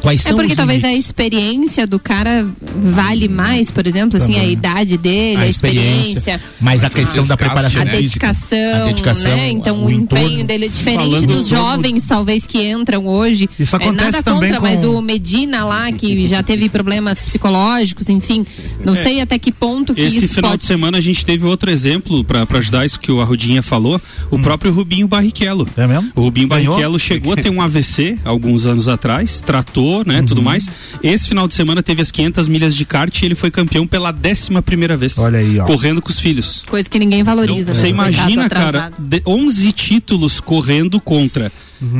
Quais É são porque os talvez a limites? experiência do cara vale mais, por exemplo, assim, a Também. idade dele, a, experiência. Mas a questão da preparação a né? física. dedicação, A dedicação, né? Então o, entorno. empenho dele é diferente Falando dos do jogo- jovens, talvez, que entram hoje. Isso acontece é, nada também contra, com- mas o Medina lá, que já teve problemas psicológicos, enfim, não É. sei até que ponto que Esse isso final pode de semana a gente teve outro exemplo para ajudar isso que o Arrudinha falou, o próprio Rubinho Barrichello. Hum. É mesmo? O Rubinho Ganhou? Barrichello chegou a ter um AVC alguns anos atrás, tratou, né, Uhum. tudo mais. Esse final de semana teve as 500 milhas de kart e ele foi campeão pela décima primeira vez. Olha aí, ó. Correndo com os filhos. Coisa que ninguém valoriza. Você né? imagina, Coitado, atrasado. cara, de- 11 títulos correndo contra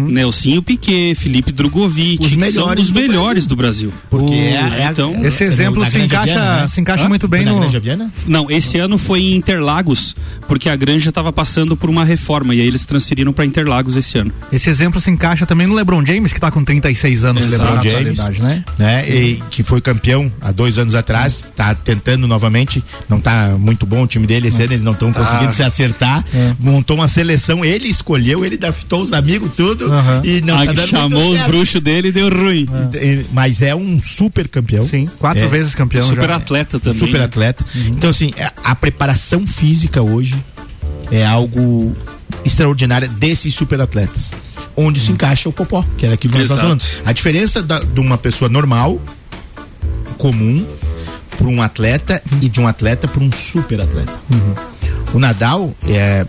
Nelsinho Piquet, Felipe Drogovic, que são Uhum. melhores os do melhores do Brasil. Porque é- é- então, esse exemplo se encaixa, se encaixa muito bem no. não, esse ano foi em Interlagos, porque a Granja estava passando por uma reforma e aí eles transferiram para Interlagos esse ano. Esse exemplo se encaixa também no LeBron James, que tá com 36 anos, Exato. LeBron James, James, né? né? E que foi campeão há dois anos atrás, tá tentando novamente, não tá muito bom o time dele esse ano, eles não estão Tá. conseguindo se acertar. É. Montou uma seleção, ele escolheu, ele draftou os amigos, tudo, e não tá Ah, que dando chamou muito os certo. bruxos dele e deu ruim. E- Mas é um super campeão. Sim, quatro vezes campeão Super já. atleta também, Super né? atleta. É. Então, assim, a- a preparação física hoje é algo extraordinário desses super atletas. Onde Uhum. se encaixa o popó, que era aquilo que nós Exato. estávamos falando. A diferença da- de uma pessoa normal, comum, para um atleta e de um atleta para um super atleta. O Nadal, é,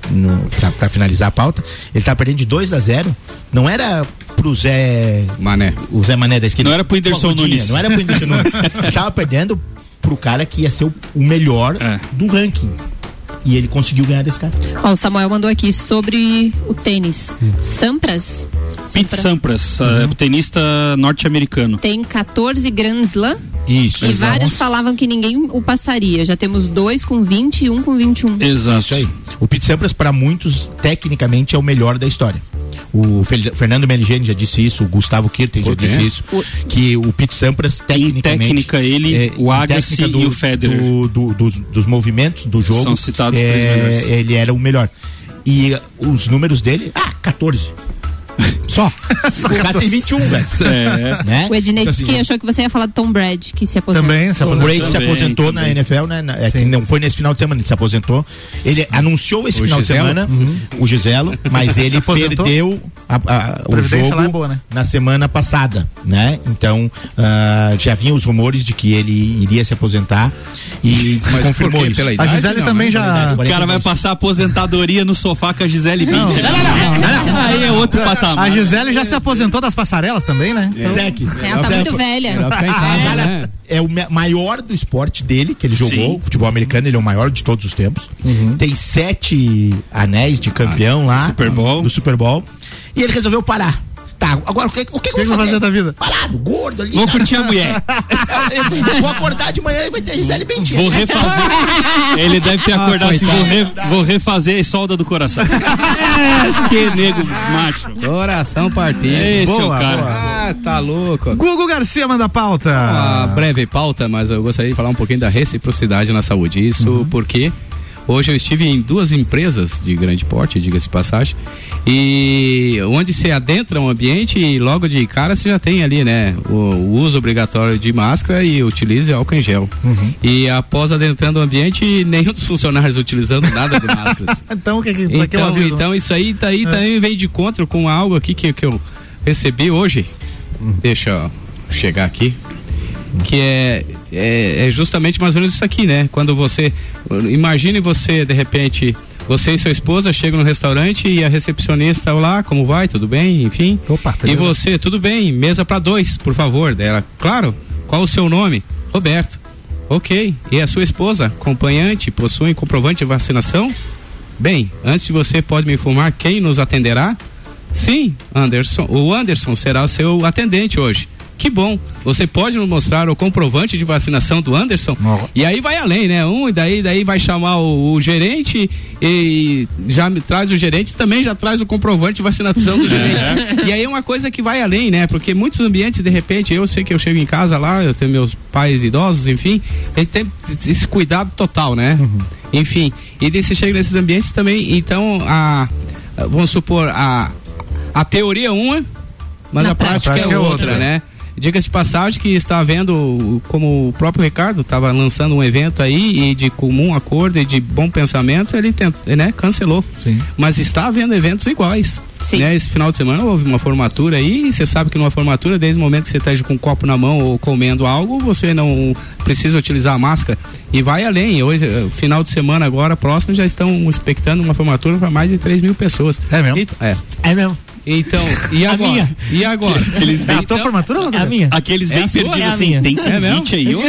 para finalizar a pauta, ele tá perdendo de 2 a 0 Não era pro Zé. Mané. O Zé Mané da esquerda. Não era pro Com Whindersson a rodinha, Nunes. Não era pro Whindersson Nunes. Ele tava perdendo pro cara que ia ser o, o melhor É. do ranking. E ele conseguiu ganhar desse cara. Ó, o Samuel mandou aqui sobre o tênis. Sampras Pete Sampras, Uhum. eh, tenista norte-americano. tem 14 Grand Slam Isso. e vários falavam que ninguém o passaria. Já temos dois com 20 e um com 21. Exato. Isso aí. O Pete Sampras, para muitos, tecnicamente é o melhor da história. O Fel- Fernando Meligeni já disse isso, o Gustavo Kirten já Por quê? disse isso, que o Pete Sampras, tecnicamente. é, técnica, ele, o em Agassi técnica e o Federer. do- do- dos, dos movimentos do jogo. São citados os três é, melhores. Ele era o melhor. E eh, os números dele, ah, 14. Só. o cara tem 21, velho. É. Né? O Ednei Então, disse assim, que achou que você ia falar do Tom Brad, que se aposentou. Tom Brady se aposentou na NFL, né? Na- é que não foi nesse final de semana, ele se aposentou. Ele anunciou esse O final Giselo? Uhum. de semana, o Giselo, mas ele aposentou? perdeu a- a- o Previdência jogo lá é boa, né? na semana passada, né? Então, ah, já vinham os rumores de que ele iria se aposentar e se confirmou isso. né? O cara vai passar aposentadoria no sofá com a Gisele Bündchen. Aí é outro patamar. A Gisele já se aposentou das passarelas também, né? Então- Zeke. Ela tá muito velha. né? Cara, É o me- maior do esporte dele, que ele jogou, futebol americano, ele é o maior de todos os tempos. Tem sete anéis de campeão lá. Super Bowl. Do Super Bowl. E ele resolveu parar. tá, agora o que, o que, que eu vou fazer? da vida? Parado, gordo ali. Vou tá. É, curtir a mulher. Eu vou acordar de manhã e vai ter a Gisele né? Bentinho. Vou refazer. Ele deve ter Ah, acordado assim, vou, coitado. re- vou refazer a solda do coração. yes, que nego macho. Coração partido. Esse é o Boa, cara. boa. Ah, tá louco. Google Garcia manda pauta. Uma breve pauta, mas eu gostaria de falar um pouquinho da reciprocidade na saúde. Isso Uhum. porque hoje eu estive em duas empresas de grande porte, diga-se de passagem, e onde se adentra um ambiente e logo de cara você já tem ali, né, o, o uso obrigatório de máscara e utilize álcool em gel. Uhum. E após adentrando o ambiente, nenhum dos funcionários utilizando nada de máscaras. Então, o que, que, pra que eu Então, aviso? então isso aí tá aí, tá É. aí, vem de encontro com algo aqui que, que eu recebi hoje. Deixa eu chegar aqui. Que é, é, é justamente mais ou menos isso aqui, né? Quando você. Imagine você, de repente, você e sua esposa chegam no restaurante e a recepcionista lá, como vai? Tudo bem? Enfim. Opa, E você, tudo bem? Mesa para dois, por favor. Dela, claro. Qual o seu nome? Roberto. Ok. E a sua esposa, acompanhante, possui comprovante de vacinação? Bem, antes de você pode me informar quem nos atenderá? Sim, Anderson. O Anderson será seu atendente hoje. Que bom. Você pode nos mostrar o comprovante de vacinação do Anderson? E aí vai além, né? Um, e daí, daí vai chamar o, o gerente e já me traz o gerente, também já traz o comprovante de vacinação do gerente. E aí é uma coisa que vai além, né? Porque muitos ambientes, de repente, eu sei que eu chego em casa lá, eu tenho meus pais idosos, enfim, tem que ter esse cuidado total, né? Enfim, e daí você chega nesses ambientes também, então, a, a- vamos supor, a, a teoria é uma, mas Na a prática, prática é é outra, outra. né? Diga-se de passagem que está havendo, como o próprio Ricardo estava lançando um evento aí, e de comum acordo e de bom pensamento, ele tent- né, cancelou. Mas está havendo eventos iguais. Né? Esse final de semana houve uma formatura aí, e você sabe que numa formatura, desde o momento que você esteja com um copo na mão ou comendo algo, você não precisa utilizar a máscara. E vai além. Hoje, eh, final de semana agora, próximo, já estão expectando uma formatura para mais de 3 mil pessoas. É mesmo? é. É mesmo. Então, e agora? E agora? Aqueles bem, Então- a minha. Aqueles bem É a sua? perdidos É a assim, minha. tem É mesmo? convite aí, ô?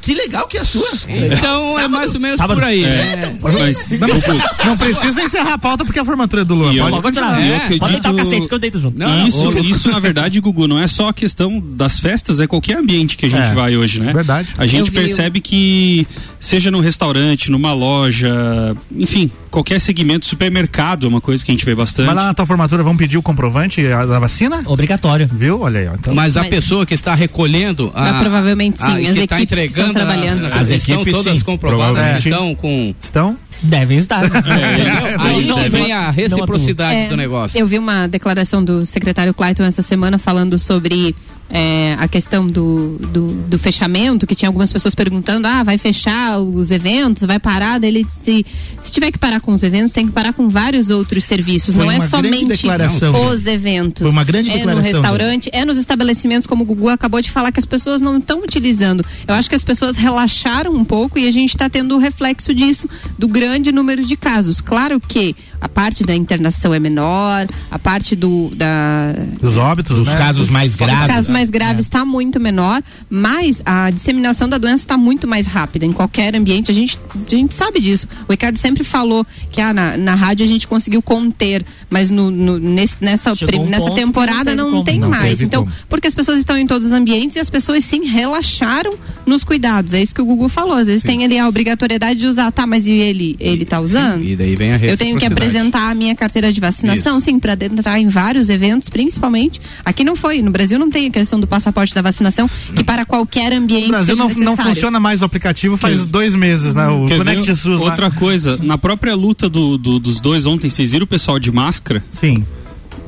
Que legal que é a sua. Então é mais ou menos por aí. É. né? Mas, não, Augusto, não precisa encerrar a pauta porque a formatura é do Luan. E eu- Pode continuar. e eu acredito- Pode dar o cacete que eu deito junto. isso, isso, na verdade, Gugu, não é só a questão das festas, é qualquer ambiente que a gente É, vai hoje, né? verdade. A Eu gente vi- percebe que, seja num restaurante, numa loja, enfim, qualquer segmento, supermercado é uma coisa que a gente vê bastante. Vai lá na tua formatura, vão pedir o comprovante a- da vacina? Obrigatório. Viu? Olha aí, ó. Então- Mas a pessoa que está recolhendo a, Mas provavelmente sim, a- as que equipes está que entregando estão as- trabalhando. As, As estão equipes, todas sim, comprovadas, provavelmente. estão com Estão? É Devem estar. né? aí não vem a reciprocidade É, do negócio. Eu vi uma declaração do secretário Clayton essa semana falando sobre é, a questão do, do, do fechamento, que tinha algumas pessoas perguntando, ah, vai fechar os eventos, vai parar. Daí Ele disse, se tiver que parar com os eventos, tem que parar com vários outros serviços. Foi não é uma grande somente declaração, né? os eventos. Foi uma grande é declaração, né? no restaurante, é nos estabelecimentos, como o Gugu acabou de falar, que as pessoas não estão utilizando. Eu acho que as pessoas relaxaram um pouco e a gente está tendo o reflexo disso, do grande número de casos. Claro que a parte da internação é menor, a parte do, da, Dos óbitos, Dos né? casos mais graves. os casos né? mais graves É. está muito menor, mas a disseminação da doença está muito mais rápida em qualquer ambiente. A gente, a gente sabe disso. O Ricardo sempre falou que ah, na, na rádio a gente conseguiu conter, mas no, no- nesse- nessa, Chegou prim- um nessa ponto que não temporada teve não, como. tem Não mais. teve Então, como. porque as pessoas estão em todos os ambientes e as pessoas sim relaxaram nos cuidados. É isso que o Gugu falou. Às vezes tem ali a obrigatoriedade de usar, tá, mas e ele, ele tá usando? E daí vem a Eu tenho que É reciprocidade. apresentar a minha carteira de vacinação, sim, para adentrar em vários eventos, principalmente. Aqui não foi, no Brasil não tem a questão do passaporte da vacinação, que para qualquer ambiente. O Brasil seja não, não necessário. funciona mais o aplicativo faz Que- dois meses, né? O Quer Connect ver SUS lá. Outra coisa, na própria luta do- do- dos dois ontem, vocês viram o pessoal de máscara? Sim.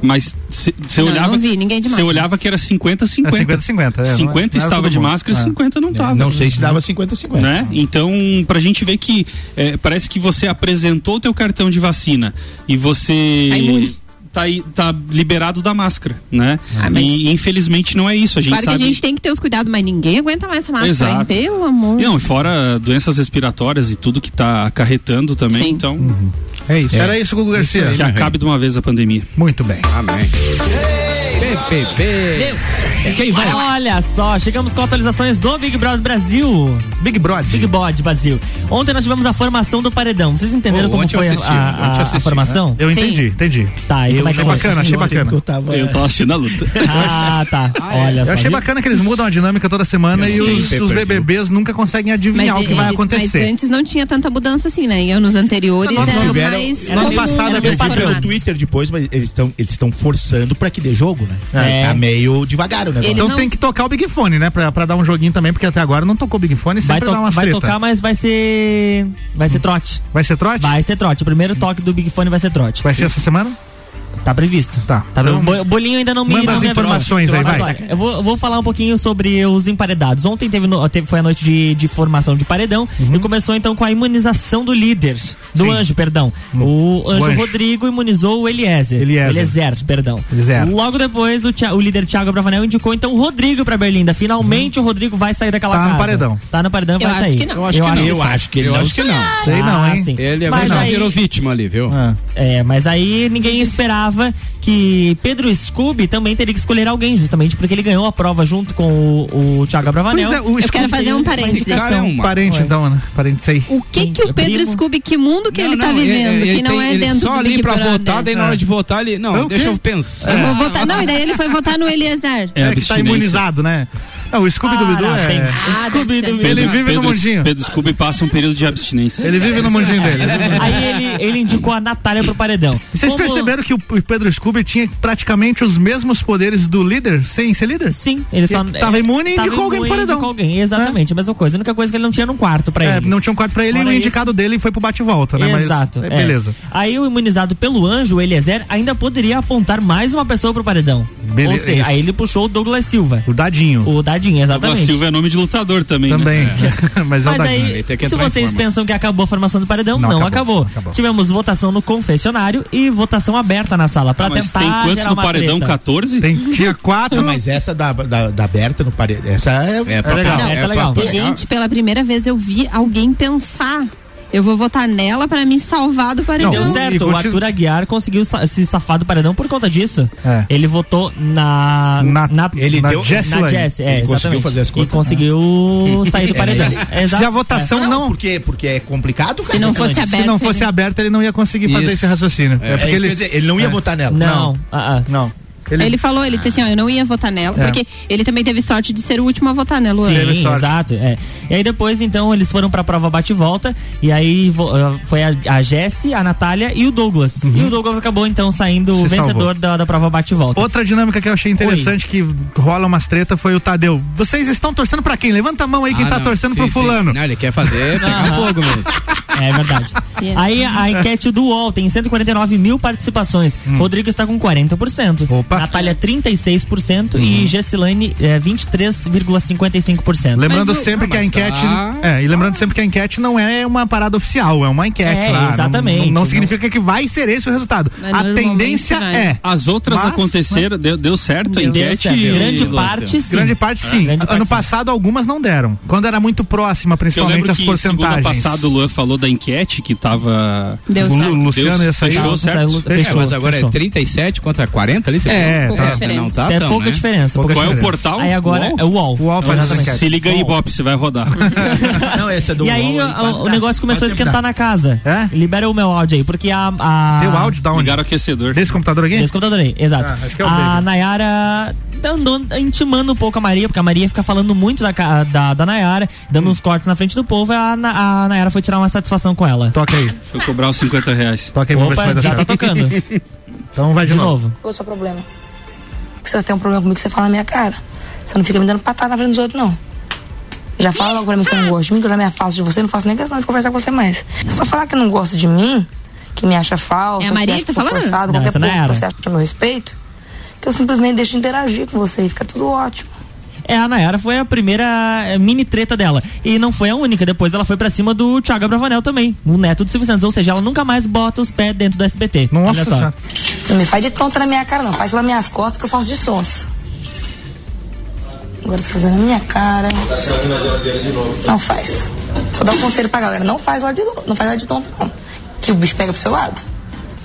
Mas você Não, eu olhava. não vi ninguém de Você máscara. olhava que era 50 50. É, 50, 50, é, não é- 50 não era estava todo de mundo. máscara e É. 50 não É, estava. não sei se dava 50 50. Né? Então, pra gente ver que eh, parece que você apresentou o teu cartão de vacina e você Tá imune. tá, aí- tá liberado da máscara, né? Ah, mas- E infelizmente não é isso, a gente Claro sabe. que a gente tem que ter os cuidados, mas ninguém aguenta mais essa máscara, hein? Exato. Pelo amor. Não, e fora doenças respiratórias e tudo que tá acarretando também, Sim. então. Uhum. É isso. Era isso, Gugu Garcia. Que acabe de uma vez a pandemia. Muito bem. Amém. PPP. É né? Quem vai? Olha só, chegamos com atualizações do Big Brother Brasil. Big Brother. Big Brother Brasil. Ontem nós tivemos a formação do paredão. Vocês entenderam Oh, como ontem eu foi a- assisti, a, ontem eu a- a assisti, formação? né? Eu entendi, entendi. Tá, e Eu como é que achei foi? bacana, achei bacana. É, Eu tava- Eu tava assistindo a luta. Ah, tá. Olha só. Eu achei viu? bacana que eles mudam a dinâmica toda semana Eu e sei, os, pay-per-view. os BBBs nunca conseguem adivinhar o é que vai eles- acontecer. Mas antes não tinha tanta mudança assim, né? Em anos anteriores Nós era tiveram- mais. no ano comum, passado era eu mais percebi pelo formado. Twitter depois, mas eles estão eles estão forçando pra que dê jogo, né? É. Tá meio devagar o negócio. Então tem que tocar o Big Fone, né? Pra, pra dar um joguinho também, porque até agora não tocou o Big Fone, Vai, sempre to- dá umas vai treta. tocar, mas vai ser. Vai ser trote. Vai ser trote? Vai ser trote. O primeiro toque do Big Fone vai ser trote. Vai ser essa semana? Tá previsto. Tá. Tá, o bo- o bolinho ainda não né, me Manda não as me avisou. informações aí, vai. Agora, Eu vou, eu vou falar um pouquinho sobre os emparedados. Ontem teve, no- teve- foi a noite de, de formação de paredão e começou então com a imunização do líder, do Uhum. Sim. anjo, perdão. O anjo, anjo. Rodrigo imunizou o Eliezer. Eliezer. perdão. Eliezer. Logo depois, o, Thi- o líder Thiago Bravanel indicou então o Rodrigo pra Berlinda. Finalmente Uhum. o Rodrigo vai sair daquela Tá no casa. paredão. Tá no paredão, Eu vai acho sair. que não. Eu acho que não. Eu sai. acho que ele Eu não acho que sai. não. Sei não, hein? Ah, sim. Ele é Mas mais aí- virou vítima ali, viu? é, mas aí ninguém esperava que Pedro Scooby também teria que escolher alguém, justamente porque ele ganhou a prova junto com o, o Thiago Abravanel. Pois é, o Eu Scooby quero fazer um parênteses. Parente, então, né? Parente, sei. O que, que o Pedro Scooby, que mundo que ele tá vivendo, que não é ele dentro só do ali Big pra Brother. votar, daí na hora de É. votar ele. Não, É o deixa quê? eu pensar. Eu vou votar. Não, e daí ele foi votar no Eliezer. É, que tá imunizado, né? Não, o Ah, Scooby Doo é. Scooby-Doo. Ele vive no Pedro- mundinho. Pedro Scooby passa um período de abstinência. Ele vive no mundinho dele. Aí ele, ele indicou a Natália pro paredão. Vocês Como- perceberam que o o Pedro Scooby tinha praticamente os mesmos poderes do líder, sem ser líder? Sim, ele só. Tava imune e tava indicou alguém imune pro e paredão. indicou alguém, exatamente, a mesma coisa. A única coisa é que ele não tinha num quarto pra É, ele. não tinha um quarto pra ele Fora e o isso- indicado dele foi pro bate-volta, né? Mas, Exato. é, é. beleza. Aí o imunizado pelo anjo, o Eliezer, ainda poderia apontar mais uma pessoa pro paredão. Beleza, Ou seja, isso. aí ele puxou o Douglas Silva. O Dadinho. O Dadinho, Douglas exatamente. Silva é nome de lutador também. Também. É. Mas, Mas aí, se vocês pensam que acabou a formação do paredão, Não, não, acabou, acabou, acabou. Tivemos votação no confessionário e votação aberta na sala pra Ah, mas tentar tem quantos gerar no uma paredão? treta. 14? Tem, tinha quatro. Não, mas essa da, da, da aberta no parede. Essa é, pra- Não, é pra- pra- Gente, pela primeira vez eu vi alguém pensar. Eu vou votar nela pra me salvar do paredão. Deu certo, o Arthur Aguiar conseguiu sa- se safar do paredão por conta disso. Ele votou na. É. Na- ele deu- na Jess, é, Ele conseguiu exatamente. fazer as E né? contas, conseguiu sair do É, paredão. é. Exato, Se a votação é. não. Porque, porque é complicado, Se não fosse né? Se aberta, não fosse aberto, ele não ia conseguir fazer Isso. esse raciocínio. É, isso que eu ia dizer, ele não ia É. votar nela. Não, ah, Não. Ele, falou, ele disse assim, ó, eu não ia votar nela, É. porque ele também teve sorte de ser o último a votar, né, Luan? Sim, exato. é. E aí depois, então, eles foram pra prova bate-volta. E aí vo- ah, foi a, a Jessie, a Natália e o Douglas. E o Douglas acabou, então, saindo o Uhum. Se salvou. vencedor da, da prova bate-volta. Outra dinâmica que eu achei interessante que rola umas treta foi o Tadeu. Vocês estão torcendo pra quem? Levanta a mão aí quem Ah, tá não, torcendo sim, pro sim. fulano. Não, ele quer fazer pegar Aham. fogo mesmo. É verdade. Aí a enquete do UOL tem 149 mil participações. Hum. Rodrigo está com 40%. Natália, 36%. Uhum. E Gessilane, é, 23,55%. Lembrando sempre que a enquete. tá. É, e lembrando sempre que a enquete não é uma parada oficial, é uma enquete É, lá. Não- exatamente. Não, não Não- significa que vai ser esse o resultado. Mas a normalmente tendência vai. é. As outras Mas- aconteceram, deu, deu certo a Deu enquete. certo. e- Grande e- parte sim. Grande parte Ah, sim. grande parte ano sim. passado algumas não deram. Quando era muito próxima, Eu principalmente lembro as que segunda porcentagens. passada o Luan falou da enquete que tava. Deu o Lu- certo. Luciano ia sair. Fechou, Não, certo? saiu- fechou, mas agora fechou. é 37 contra 40 ali? Você É, falou? tá. Não, Não tá Até tão, pouca né? diferença. pouca Qual é o diferença. portal? Aí agora é o UOL. O UOL Então, Se liga aí, Ibope, você vai rodar. Não, essa é do E aí UOL, ele o- quase o, dá. negócio começou Quase a sempre esquentar dá. na casa. É? Libera o meu áudio aí, porque a. a... Teu Ah. áudio um da onde? Ligaram o aquecedor. Desse computador aqui? Desse computador aí, exato. Ah, acho que é o a Nayara tá andou intimando um pouco a Maria, porque a Maria fica falando muito da, ca- da, da Nayara, dando uns cortes na frente do povo, e a, Na- a Nayara foi tirar uma satisfação com ela. Toca aí. Foi cobrar os 50 reais. Toca Opa, já tá tocando. Então vai de, novo. Qual é o seu problema? Porque você tem um problema comigo, você fala na minha cara. Você não fica me dando patada na frente dos outros, não. Já fala logo pra mim que você não gosta de mim, que eu já me afasto de você, não faço nem questão de conversar com você mais. É só falar que não gosta de mim, que me acha falso, É a Maria que, acha que tá eu sou falando? forçado, Não, qualquer essa não é pouco era. que você acha a meu respeito, que eu simplesmente deixo de interagir com você e fica tudo ótimo. É, a Nayara foi a primeira eh, mini treta dela. E não foi a única. Depois ela foi pra cima do Thiago Bravanel também, o neto do Silvio Santos. Ou seja, ela nunca mais bota os pés dentro do SBT. Nossa, Olha só. Não me faz de tonta na minha cara, não. Faz pelas minhas costas que eu faço de sons. Agora você fazendo na minha cara. Tá Não faz. Só dá um conselho pra galera. Não faz lá de, lo- não faz lá de tonto, não. Que o bicho pega pro seu lado.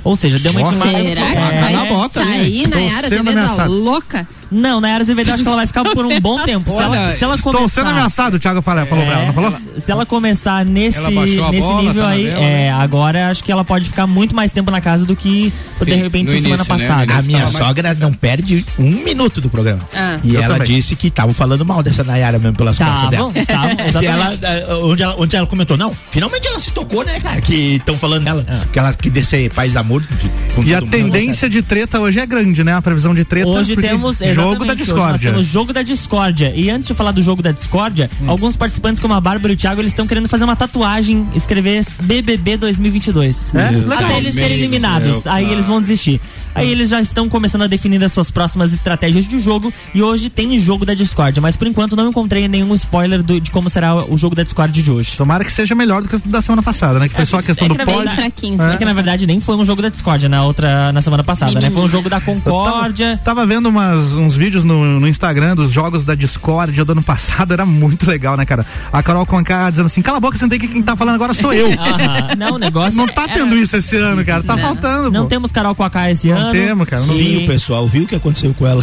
Ou seja, deu uma Nossa. intimada. Será que É, vai na bota, né? Sair, Tô Nayara, sendo devendo a ameaçada. louca. Não, Nayara Azevedo, eu acho que ela vai ficar por um bom tempo. Se ela, se ela estou começar... sendo ameaçado, o Thiago Fará falou pra ela, não falou? Se ela começar nesse, Ela baixou a nesse bola, nível tá na aí, dela, é, né? agora acho que ela pode ficar muito mais tempo na casa do que, de repente, né? semana passada. a minha sogra não perde um minuto do programa. Ah. E Eu ela também. disse que estavam falando mal dessa Nayara mesmo pelas costas dela. Estavam, estavam, Que ela, exatamente. ah, onde, ela, onde ela comentou, não, finalmente ela se tocou, né, cara? Que estão falando dela. Ah. Que ela que descer paz e amor. de- com E a todo mundo, sabe? tendência de treta hoje é grande, né? A previsão de treta. Hoje porque temos jogo exatamente, da hoje nós discórdia. Hum. temos jogo da discórdia. E antes de falar do jogo da discórdia, alguns participantes como a Bárbara e o Thiago, eles estão querendo fazer uma tatuagem, escrever BBB 2022. É? Legal. Até eles Meu serem eliminados. É céu, aí cara. eles vão desistir. Aí eles já estão começando a definir as suas próximas estratégias de jogo e hoje tem jogo da discórdia, mas por enquanto não encontrei nenhum spoiler do- de como será o jogo da discórdia de hoje. Tomara que seja melhor do que o da semana passada, né? Que foi só a questão É do que na pódio. verdade- É que na verdade nem foi um jogo da discórdia na outra na semana passada, né? Foi um jogo da concórdia. Eu Tava, tava vendo umas- uns vídeos no, no Instagram dos jogos da Discord do ano passado, era muito legal, né, cara? A Carol Conká dizendo assim: cala a boca, sentei que quem tá falando agora sou eu. Aham. Não, o negócio é Não tá tendo isso esse ano, cara. Tá Não. faltando. Não pô. temos Carol com a K esse Não ano. temos, é um cara, não Sim, o Sim. pessoal viu o que aconteceu com ela.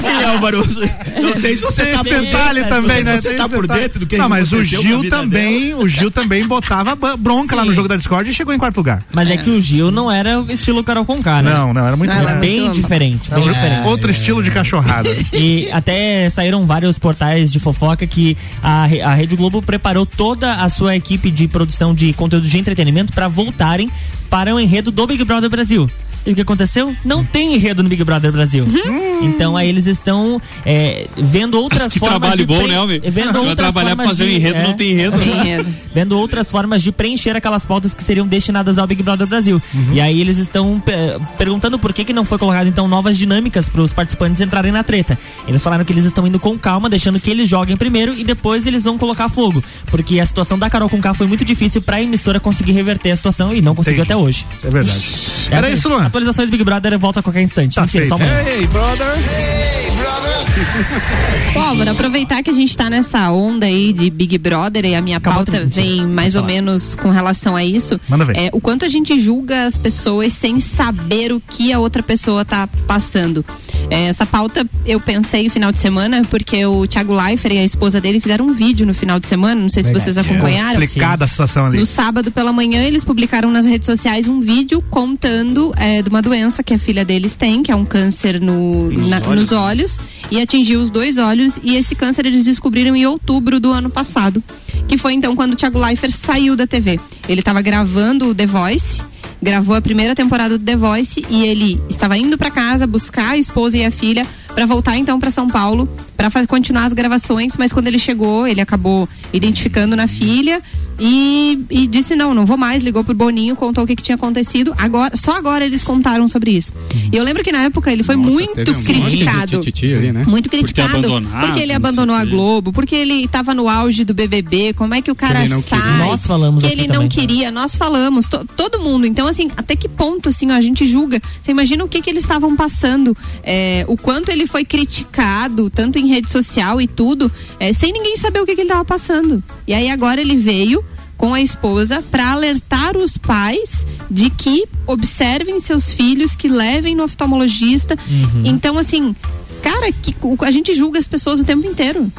Sim, Álvaro, não sei se você Tem tá esse por detalhe dentro, também, se né? você Tem tá esse por detalhe. dentro do que Não, mas o aconteceu com a Gil vida também, o Gil também botava ba- bronca lá no jogo da Discord e chegou em quarto lugar. Mas é, que o Gil não era o estilo Carol Conká, né? Não, não, era muito Era é ruim. bem diferente, Era bem um- diferente. Outro estilo de cachorrada. E até saíram vários portais de fofoca que a, Re- a Rede Globo preparou toda a sua equipe de produção de conteúdo de entretenimento para voltarem para o enredo do Big Brother Brasil. E o que aconteceu? Não Hum. tem enredo no Big Brother Brasil. Então aí eles estão é, vendo outras Que formas trabalho de bom, pre- né, homem? Vendo Você vai outras trabalhar pra formas fazer um de- é. enredo, não tem enredo. Tem enredo. vendo outras formas de preencher aquelas pautas que seriam destinadas ao Big Brother Brasil. Uhum. E aí eles estão eh, perguntando por que, que não foi colocado então novas dinâmicas para os participantes entrarem na treta. Eles falaram que eles estão indo com calma, deixando que eles joguem primeiro e depois eles vão colocar fogo, porque a situação da Carol com K foi muito difícil para a emissora conseguir reverter a situação e não conseguiu até hoje. assim, É verdade. Era isso, Luan. Tá É Atualizações Big Brother volta a qualquer instante. Mentira, só um um amanhã. brother. Bom, Álvaro, aproveitar que a gente tá nessa onda aí de Big Brother e a minha pauta vem mais ou menos com relação a isso. Manda ver. É, o quanto a gente julga as pessoas sem saber o que a outra pessoa tá passando. É, essa pauta eu pensei no final de semana, porque o Thiago Leifert e a esposa dele fizeram um vídeo no final de semana, não sei se vocês acompanharam. Complicada a situação ali. No sábado pela manhã, eles publicaram nas redes sociais um vídeo contando eh, de uma doença que a filha deles tem, que é um câncer no, na- olhos. nos olhos, e atingiu os dois olhos. E esse câncer eles descobriram em outubro do ano passado, que foi então quando o Thiago Leifert saiu da TV. Ele estava gravando o The Voice. Gravou a primeira temporada do The Voice e ele estava indo para casa buscar a esposa e a filha para voltar então para São Paulo para continuar as gravações, mas quando ele chegou, ele acabou identificando na filha e, e disse não, não vou mais, ligou pro Boninho, contou o que, que tinha acontecido. Agora, só agora eles contaram sobre isso. E eu lembro que na época ele foi um muito criticado. né? Muito criticado. porque ele abandonou a Globo, porque ele tava no auge do BBB, como é que o cara ele não sai? queria. Nós falamos que aqui ele não também. queria, nós falamos, to- todo mundo. Então assim, até que ponto assim ó, a gente julga? Você imagina o que que eles estavam passando, é, o quanto ele foi criticado, tanto em rede social e tudo, é, sem ninguém saber o que que ele tava passando. E aí agora ele veio com a esposa para alertar os pais de que observem seus filhos, que levem no oftalmologista. Uhum. Então, assim, cara, que, o- a gente julga as pessoas o tempo inteiro.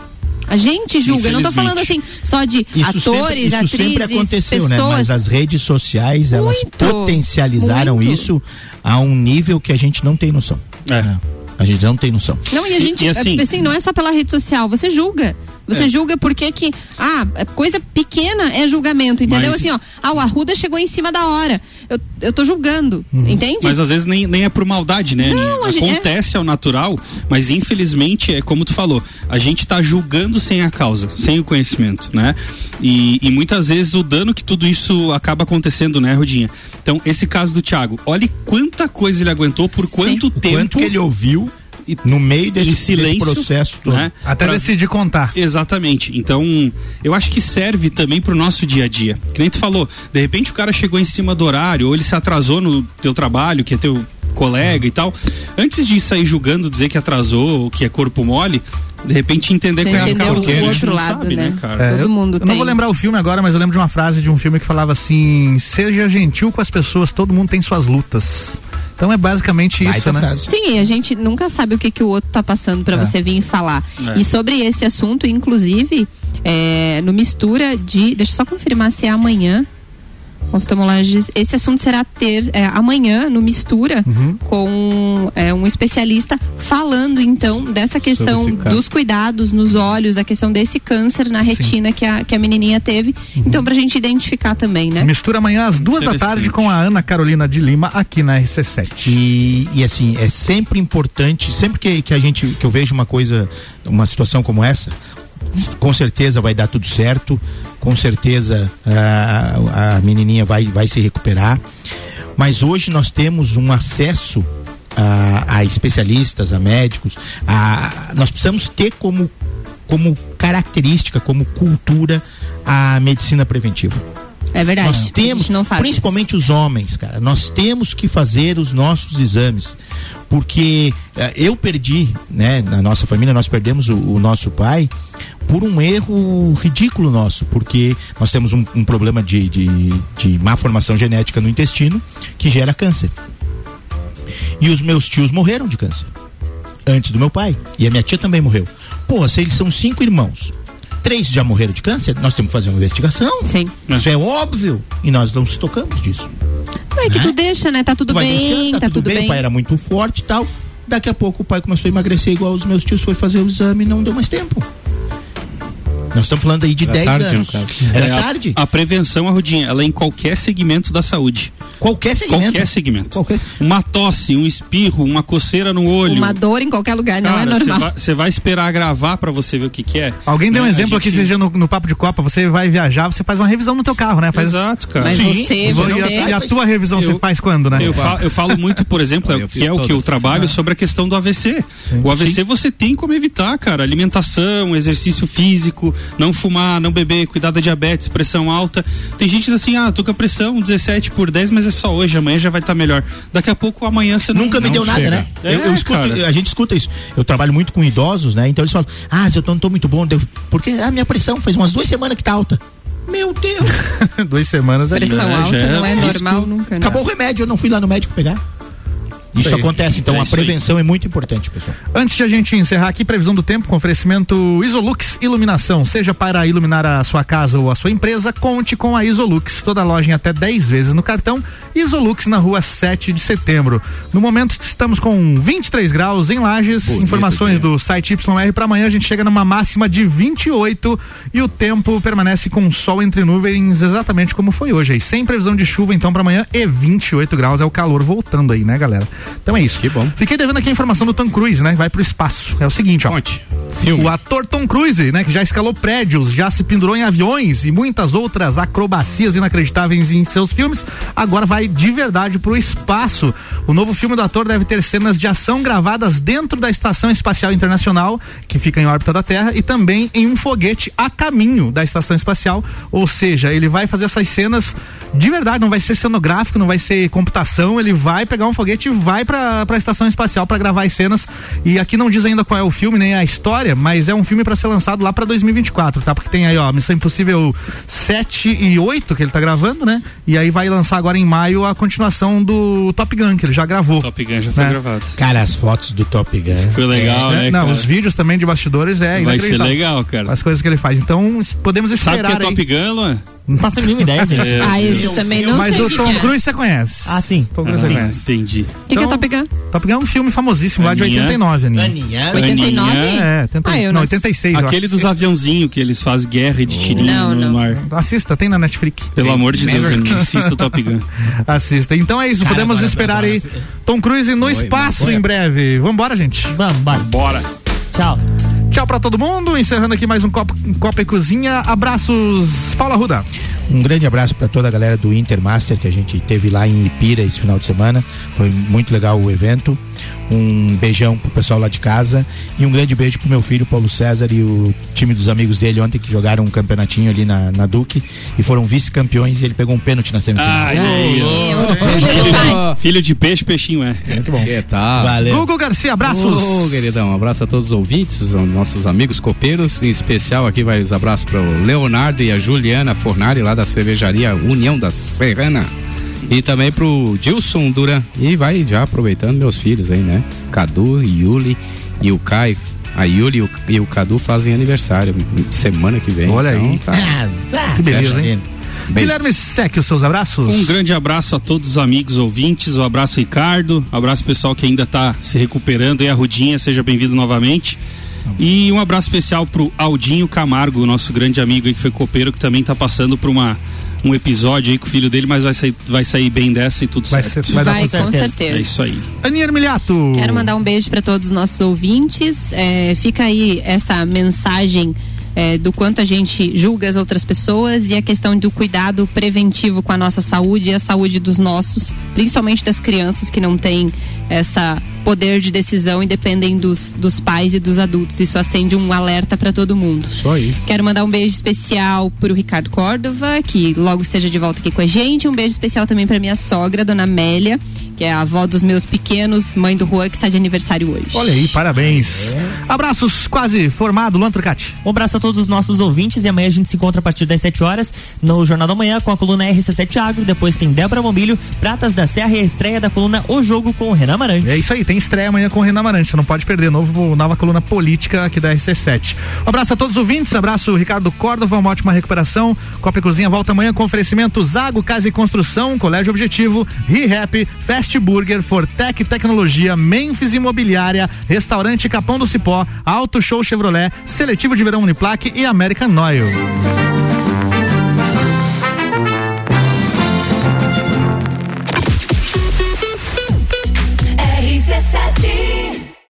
A gente julga. Eu não tô Infelizmente. falando assim só de Isso atores, sempre, isso atrizes, sempre aconteceu, pessoas. né? Mas as redes sociais, elas potencializaram isso a um nível que a gente não tem noção. É. A gente não tem noção. Não, e a gente, assim, não é só pela rede social, você julga. Você É. julga porque que, ah, coisa pequena é julgamento, entendeu? Mas- Assim, ó, ah, o Arruda chegou em cima da hora. Eu, eu tô julgando, Uhum. entende? Uhum. Mas às vezes nem, nem é por maldade, né? Não, Aninha? a gente- é. Acontece ao natural, mas infelizmente é como tu falou, a gente tá julgando sem a causa, sem o conhecimento, né? E, e muitas vezes o dano que tudo isso acaba acontecendo, né, Rodinha? Então, esse caso do Thiago, olhe quanta coisa ele aguentou, por quanto tempo. Quanto que ele ouviu no meio desse, em desse silêncio, processo todo. né? Até Pra- decidir contar. Exatamente. Então, eu acho que serve também pro nosso dia a dia. Que nem tu falou, de repente o cara chegou em cima do horário, ou ele se atrasou no teu trabalho, que é teu colega e tal. Antes de sair julgando, dizer que atrasou, ou que é corpo mole, de repente entender Você qual é a entendeu causa. o a gente outro não lado, sabe, né? cara? É, eu- eu não vou lembrar o filme agora, mas eu lembro de uma frase de um filme que falava assim: seja gentil com as pessoas, todo mundo tem suas lutas. Então é basicamente isso, né? Sim, e a gente nunca sabe o que, que o outro tá passando pra É. você vir falar. É. E sobre esse assunto, inclusive, é, no mistura de. Deixa eu só confirmar se é amanhã. Oftalmologes, esse assunto será ter é, amanhã no mistura com é, um especialista falando então dessa questão esse caso. dos cuidados nos olhos, a questão desse câncer na retina que a, que a menininha teve. Então pra gente identificar também, né? Mistura amanhã às duas da Interessante. tarde com a Ana Carolina de Lima aqui na RC7. E, e, assim, é sempre importante, sempre que, que a gente que eu vejo uma coisa, uma situação como essa, com certeza vai dar tudo certo, com certeza ah, a menininha vai, vai se recuperar. Mas hoje nós temos um acesso a, a especialistas, a médicos, a, nós precisamos ter como, como característica, como cultura, a medicina preventiva. É verdade. Nós temos, principalmente os homens, cara, nós temos que fazer os nossos exames. Porque eh, eu perdi, né, na nossa família, nós perdemos o, o nosso pai por um erro ridículo nosso. Porque nós temos um, um problema de, de, de má formação genética no intestino que gera câncer. E os meus tios morreram de câncer. Antes do meu pai. E a minha tia também morreu. Porra, se eles são cinco irmãos, três já morreram de câncer, nós temos que fazer uma investigação. Sim. Isso é óbvio. E nós não nos tocamos disso. É que tu deixa, né? Tá tudo Vai bem, deixando, tá, tudo bem. O pai era muito forte e tal. Daqui a pouco o pai começou a emagrecer igual os meus tios, foi fazer o exame e não deu mais tempo. Nós estamos falando aí de Era 10 tarde, anos. no caso. Era É, a- tarde? A, prevenção, Arrudinha, ela é em qualquer segmento da saúde. Qualquer segmento? Qualquer segmento. Uma tosse, um espirro, uma coceira no olho. Uma dor em qualquer lugar, não é Cara, normal. Você vai, esperar gravar pra você ver o que, que é. Alguém deu um Né? A exemplo aqui gente- esse dia no, no papo de Copa, você vai viajar, você faz uma revisão no teu carro, né? Faz... Exato, cara. e, a, e a tua revisão Eu- você faz quando, né? Eu falo, eu falo muito, por exemplo, é o que é o que eu todas. trabalho, sobre a questão do AVC. O AVC você tem como evitar, cara. Alimentação, exercício físico, não fumar, não beber, cuidar da diabetes, pressão alta. Tem gente que diz assim, ah, tô com a pressão 17 por 10, mas é só hoje, amanhã já vai estar melhor. Daqui a pouco, amanhã você Nunca me deu nada, né? eu, eu escuto, a gente escuta isso. Eu trabalho muito com idosos, né? Então eles falam: Ah, se eu tô- não tô muito bom, deu... porque a minha pressão faz umas duas semanas que tá alta. Meu Deus! Duas semanas ali. né? Pressão Já alta não é risco. normal nunca, né? Acabou o remédio, eu não fui lá no médico pegar. Isso Isso aí. acontece, então É a isso aí. prevenção é muito importante, pessoal. Antes de a gente encerrar aqui, previsão do tempo com oferecimento Isolux Iluminação. Seja para iluminar a sua casa ou a sua empresa, conte com a Isolux. Toda loja em até 10 vezes no cartão. Isolux na rua 7 de setembro. No momento estamos com 23 graus em Lages. Informações do site YR para amanhã a gente chega numa máxima de 28 e o tempo permanece com sol entre nuvens, exatamente como foi hoje aí. Sem previsão de chuva então para amanhã e 28 graus é o calor voltando aí, né, galera? Então é isso. Que bom. Fiquei devendo aqui a informação do Tom Cruise, né? Vai pro espaço. É o seguinte, ó. O ator Tom Cruise, né, que já escalou prédios, já se pendurou em aviões e muitas outras acrobacias inacreditáveis em seus filmes, agora vai de verdade pro espaço. O novo filme do ator deve ter cenas de ação gravadas dentro da Estação Espacial Internacional, que fica em órbita da Terra, e também em um foguete a caminho da Estação Espacial, ou seja, ele vai fazer essas cenas de verdade, não vai ser cenográfico, não vai ser computação, ele vai pegar um foguete e vai pra, pra Estação Espacial pra gravar as cenas. E aqui não diz ainda qual é o filme, nem a história, mas é um filme pra ser lançado lá pra 2024, tá? Porque tem aí, ó, Missão Impossível 7 e 8 que ele tá gravando, né? E aí vai lançar agora em maio a continuação do Top Gun, que ele já gravou. Top Gun já foi Né? gravado. Cara, as fotos do Top Gun. É, Ficou legal, né? É, Não, cara? os vídeos também de bastidores é Vai ser inacreditável. legal, cara. As coisas que ele faz. Então, s- podemos Sabe o esperar que é Top aí. Gun, Luan? É, Não faço a mínima ideia, gente. Ah, esse também não Mas sei o que Tom que é. Cruise você conhece. Ah, sim. Tom Cruise você Sim. conhece. Entendi. O que, que é Top Gun? Top Gun é um filme famosíssimo lá de Aninha. 89, Aninha. Aninha. 89? É, 80, Ah, eu não, não- 86. eu Aquele acho. dos aviãozinhos que eles fazem guerra e de tirinho Não, no não. mar. Assista, tem na Netflix. Pelo amor de Deus, eu não assisto o Top Gun. Assista. Então é isso, Cara, podemos agora- esperar aí Tom Cruise no espaço em breve. Vambora, gente. Vambora. Bora. Tchau. Tchau pra todo mundo. Encerrando aqui mais um Copa, Copa e Cozinha. Abraços, Paula Ruda. Um grande abraço para toda a galera do Intermaster que a gente teve lá em Ipira esse final de semana. Foi muito legal o evento. Um beijão pro pessoal lá de casa e um grande beijo pro meu filho Paulo César e o time dos amigos dele ontem que jogaram um campeonatinho ali na, na Duque e foram vice-campeões e ele pegou um pênalti na semifinal. Ah, ele aí, ó. Filho de- Filho de peixe, peixinho é. Muito bom. Que tal? Valeu. Hugo Ah. Garcia, abraços. Ô, queridão, um abraço a todos os ouvintes, aos nossos amigos copeiros. Em especial aqui vai os abraços para o Leonardo e a Juliana Fornari, lá da cervejaria União da Serrana. E também pro Dilson Duran. E vai já aproveitando meus filhos aí, né? Cadu, Yuli e o Caio. A Yuli e o- e o Cadu fazem aniversário semana que vem. Então, tá. Olha aí. tá. Que beleza, Fecha hein? Guilherme Sec, os seus abraços. Um grande abraço a todos os amigos ouvintes, um abraço Ricardo, um abraço pessoal que ainda está se recuperando e a Rudinha, seja bem-vindo novamente. E um abraço especial pro Aldinho Camargo, nosso grande amigo aí que foi copeiro, que também tá passando por uma um episódio aí com o filho dele, mas vai sair, vai sair bem dessa e tudo Vai certo. ser- vai dar Vai, tudo com certo. certeza. É isso aí. Aninha Ermiliato. Quero mandar um beijo para todos os nossos ouvintes. É, fica aí essa mensagem é, do quanto a gente julga as outras pessoas e a questão do cuidado preventivo com a nossa saúde e a saúde dos nossos, principalmente das crianças que não têm essa poder de decisão e dependem dos, dos pais e dos adultos. Isso acende um alerta para todo mundo. Isso aí. Quero mandar um beijo especial pro Ricardo Córdova, que logo esteja de volta aqui com a gente. Um beijo especial também pra minha sogra, dona Amélia, que é a avó dos meus pequenos, mãe do Juan, que está de aniversário hoje. Olha aí, parabéns. Abraços quase formado, Luan Trucati. É. Um abraço a todos os nossos ouvintes e amanhã a gente se encontra a partir das 7 horas no Jornal da Manhã com a coluna RC7 Agro. Depois tem Débora Bombilho, Pratas da Serra e a estreia da coluna O Jogo com o Renan Amarante. É isso aí, tem estreia amanhã com o Renan Amarante, você não pode perder, novo, nova coluna política aqui da RC7. Um abraço a todos os ouvintes, abraço Ricardo Córdova, uma ótima recuperação. Copa e Cozinha volta amanhã com oferecimento Zago Casa e Construção, Colégio Objetivo, ReHap, Fast Burger, Fortec Tecnologia, Memphis Imobiliária, Restaurante Capão do Cipó, Auto Show Chevrolet, Seletivo de Verão Uniplaque e American Oil.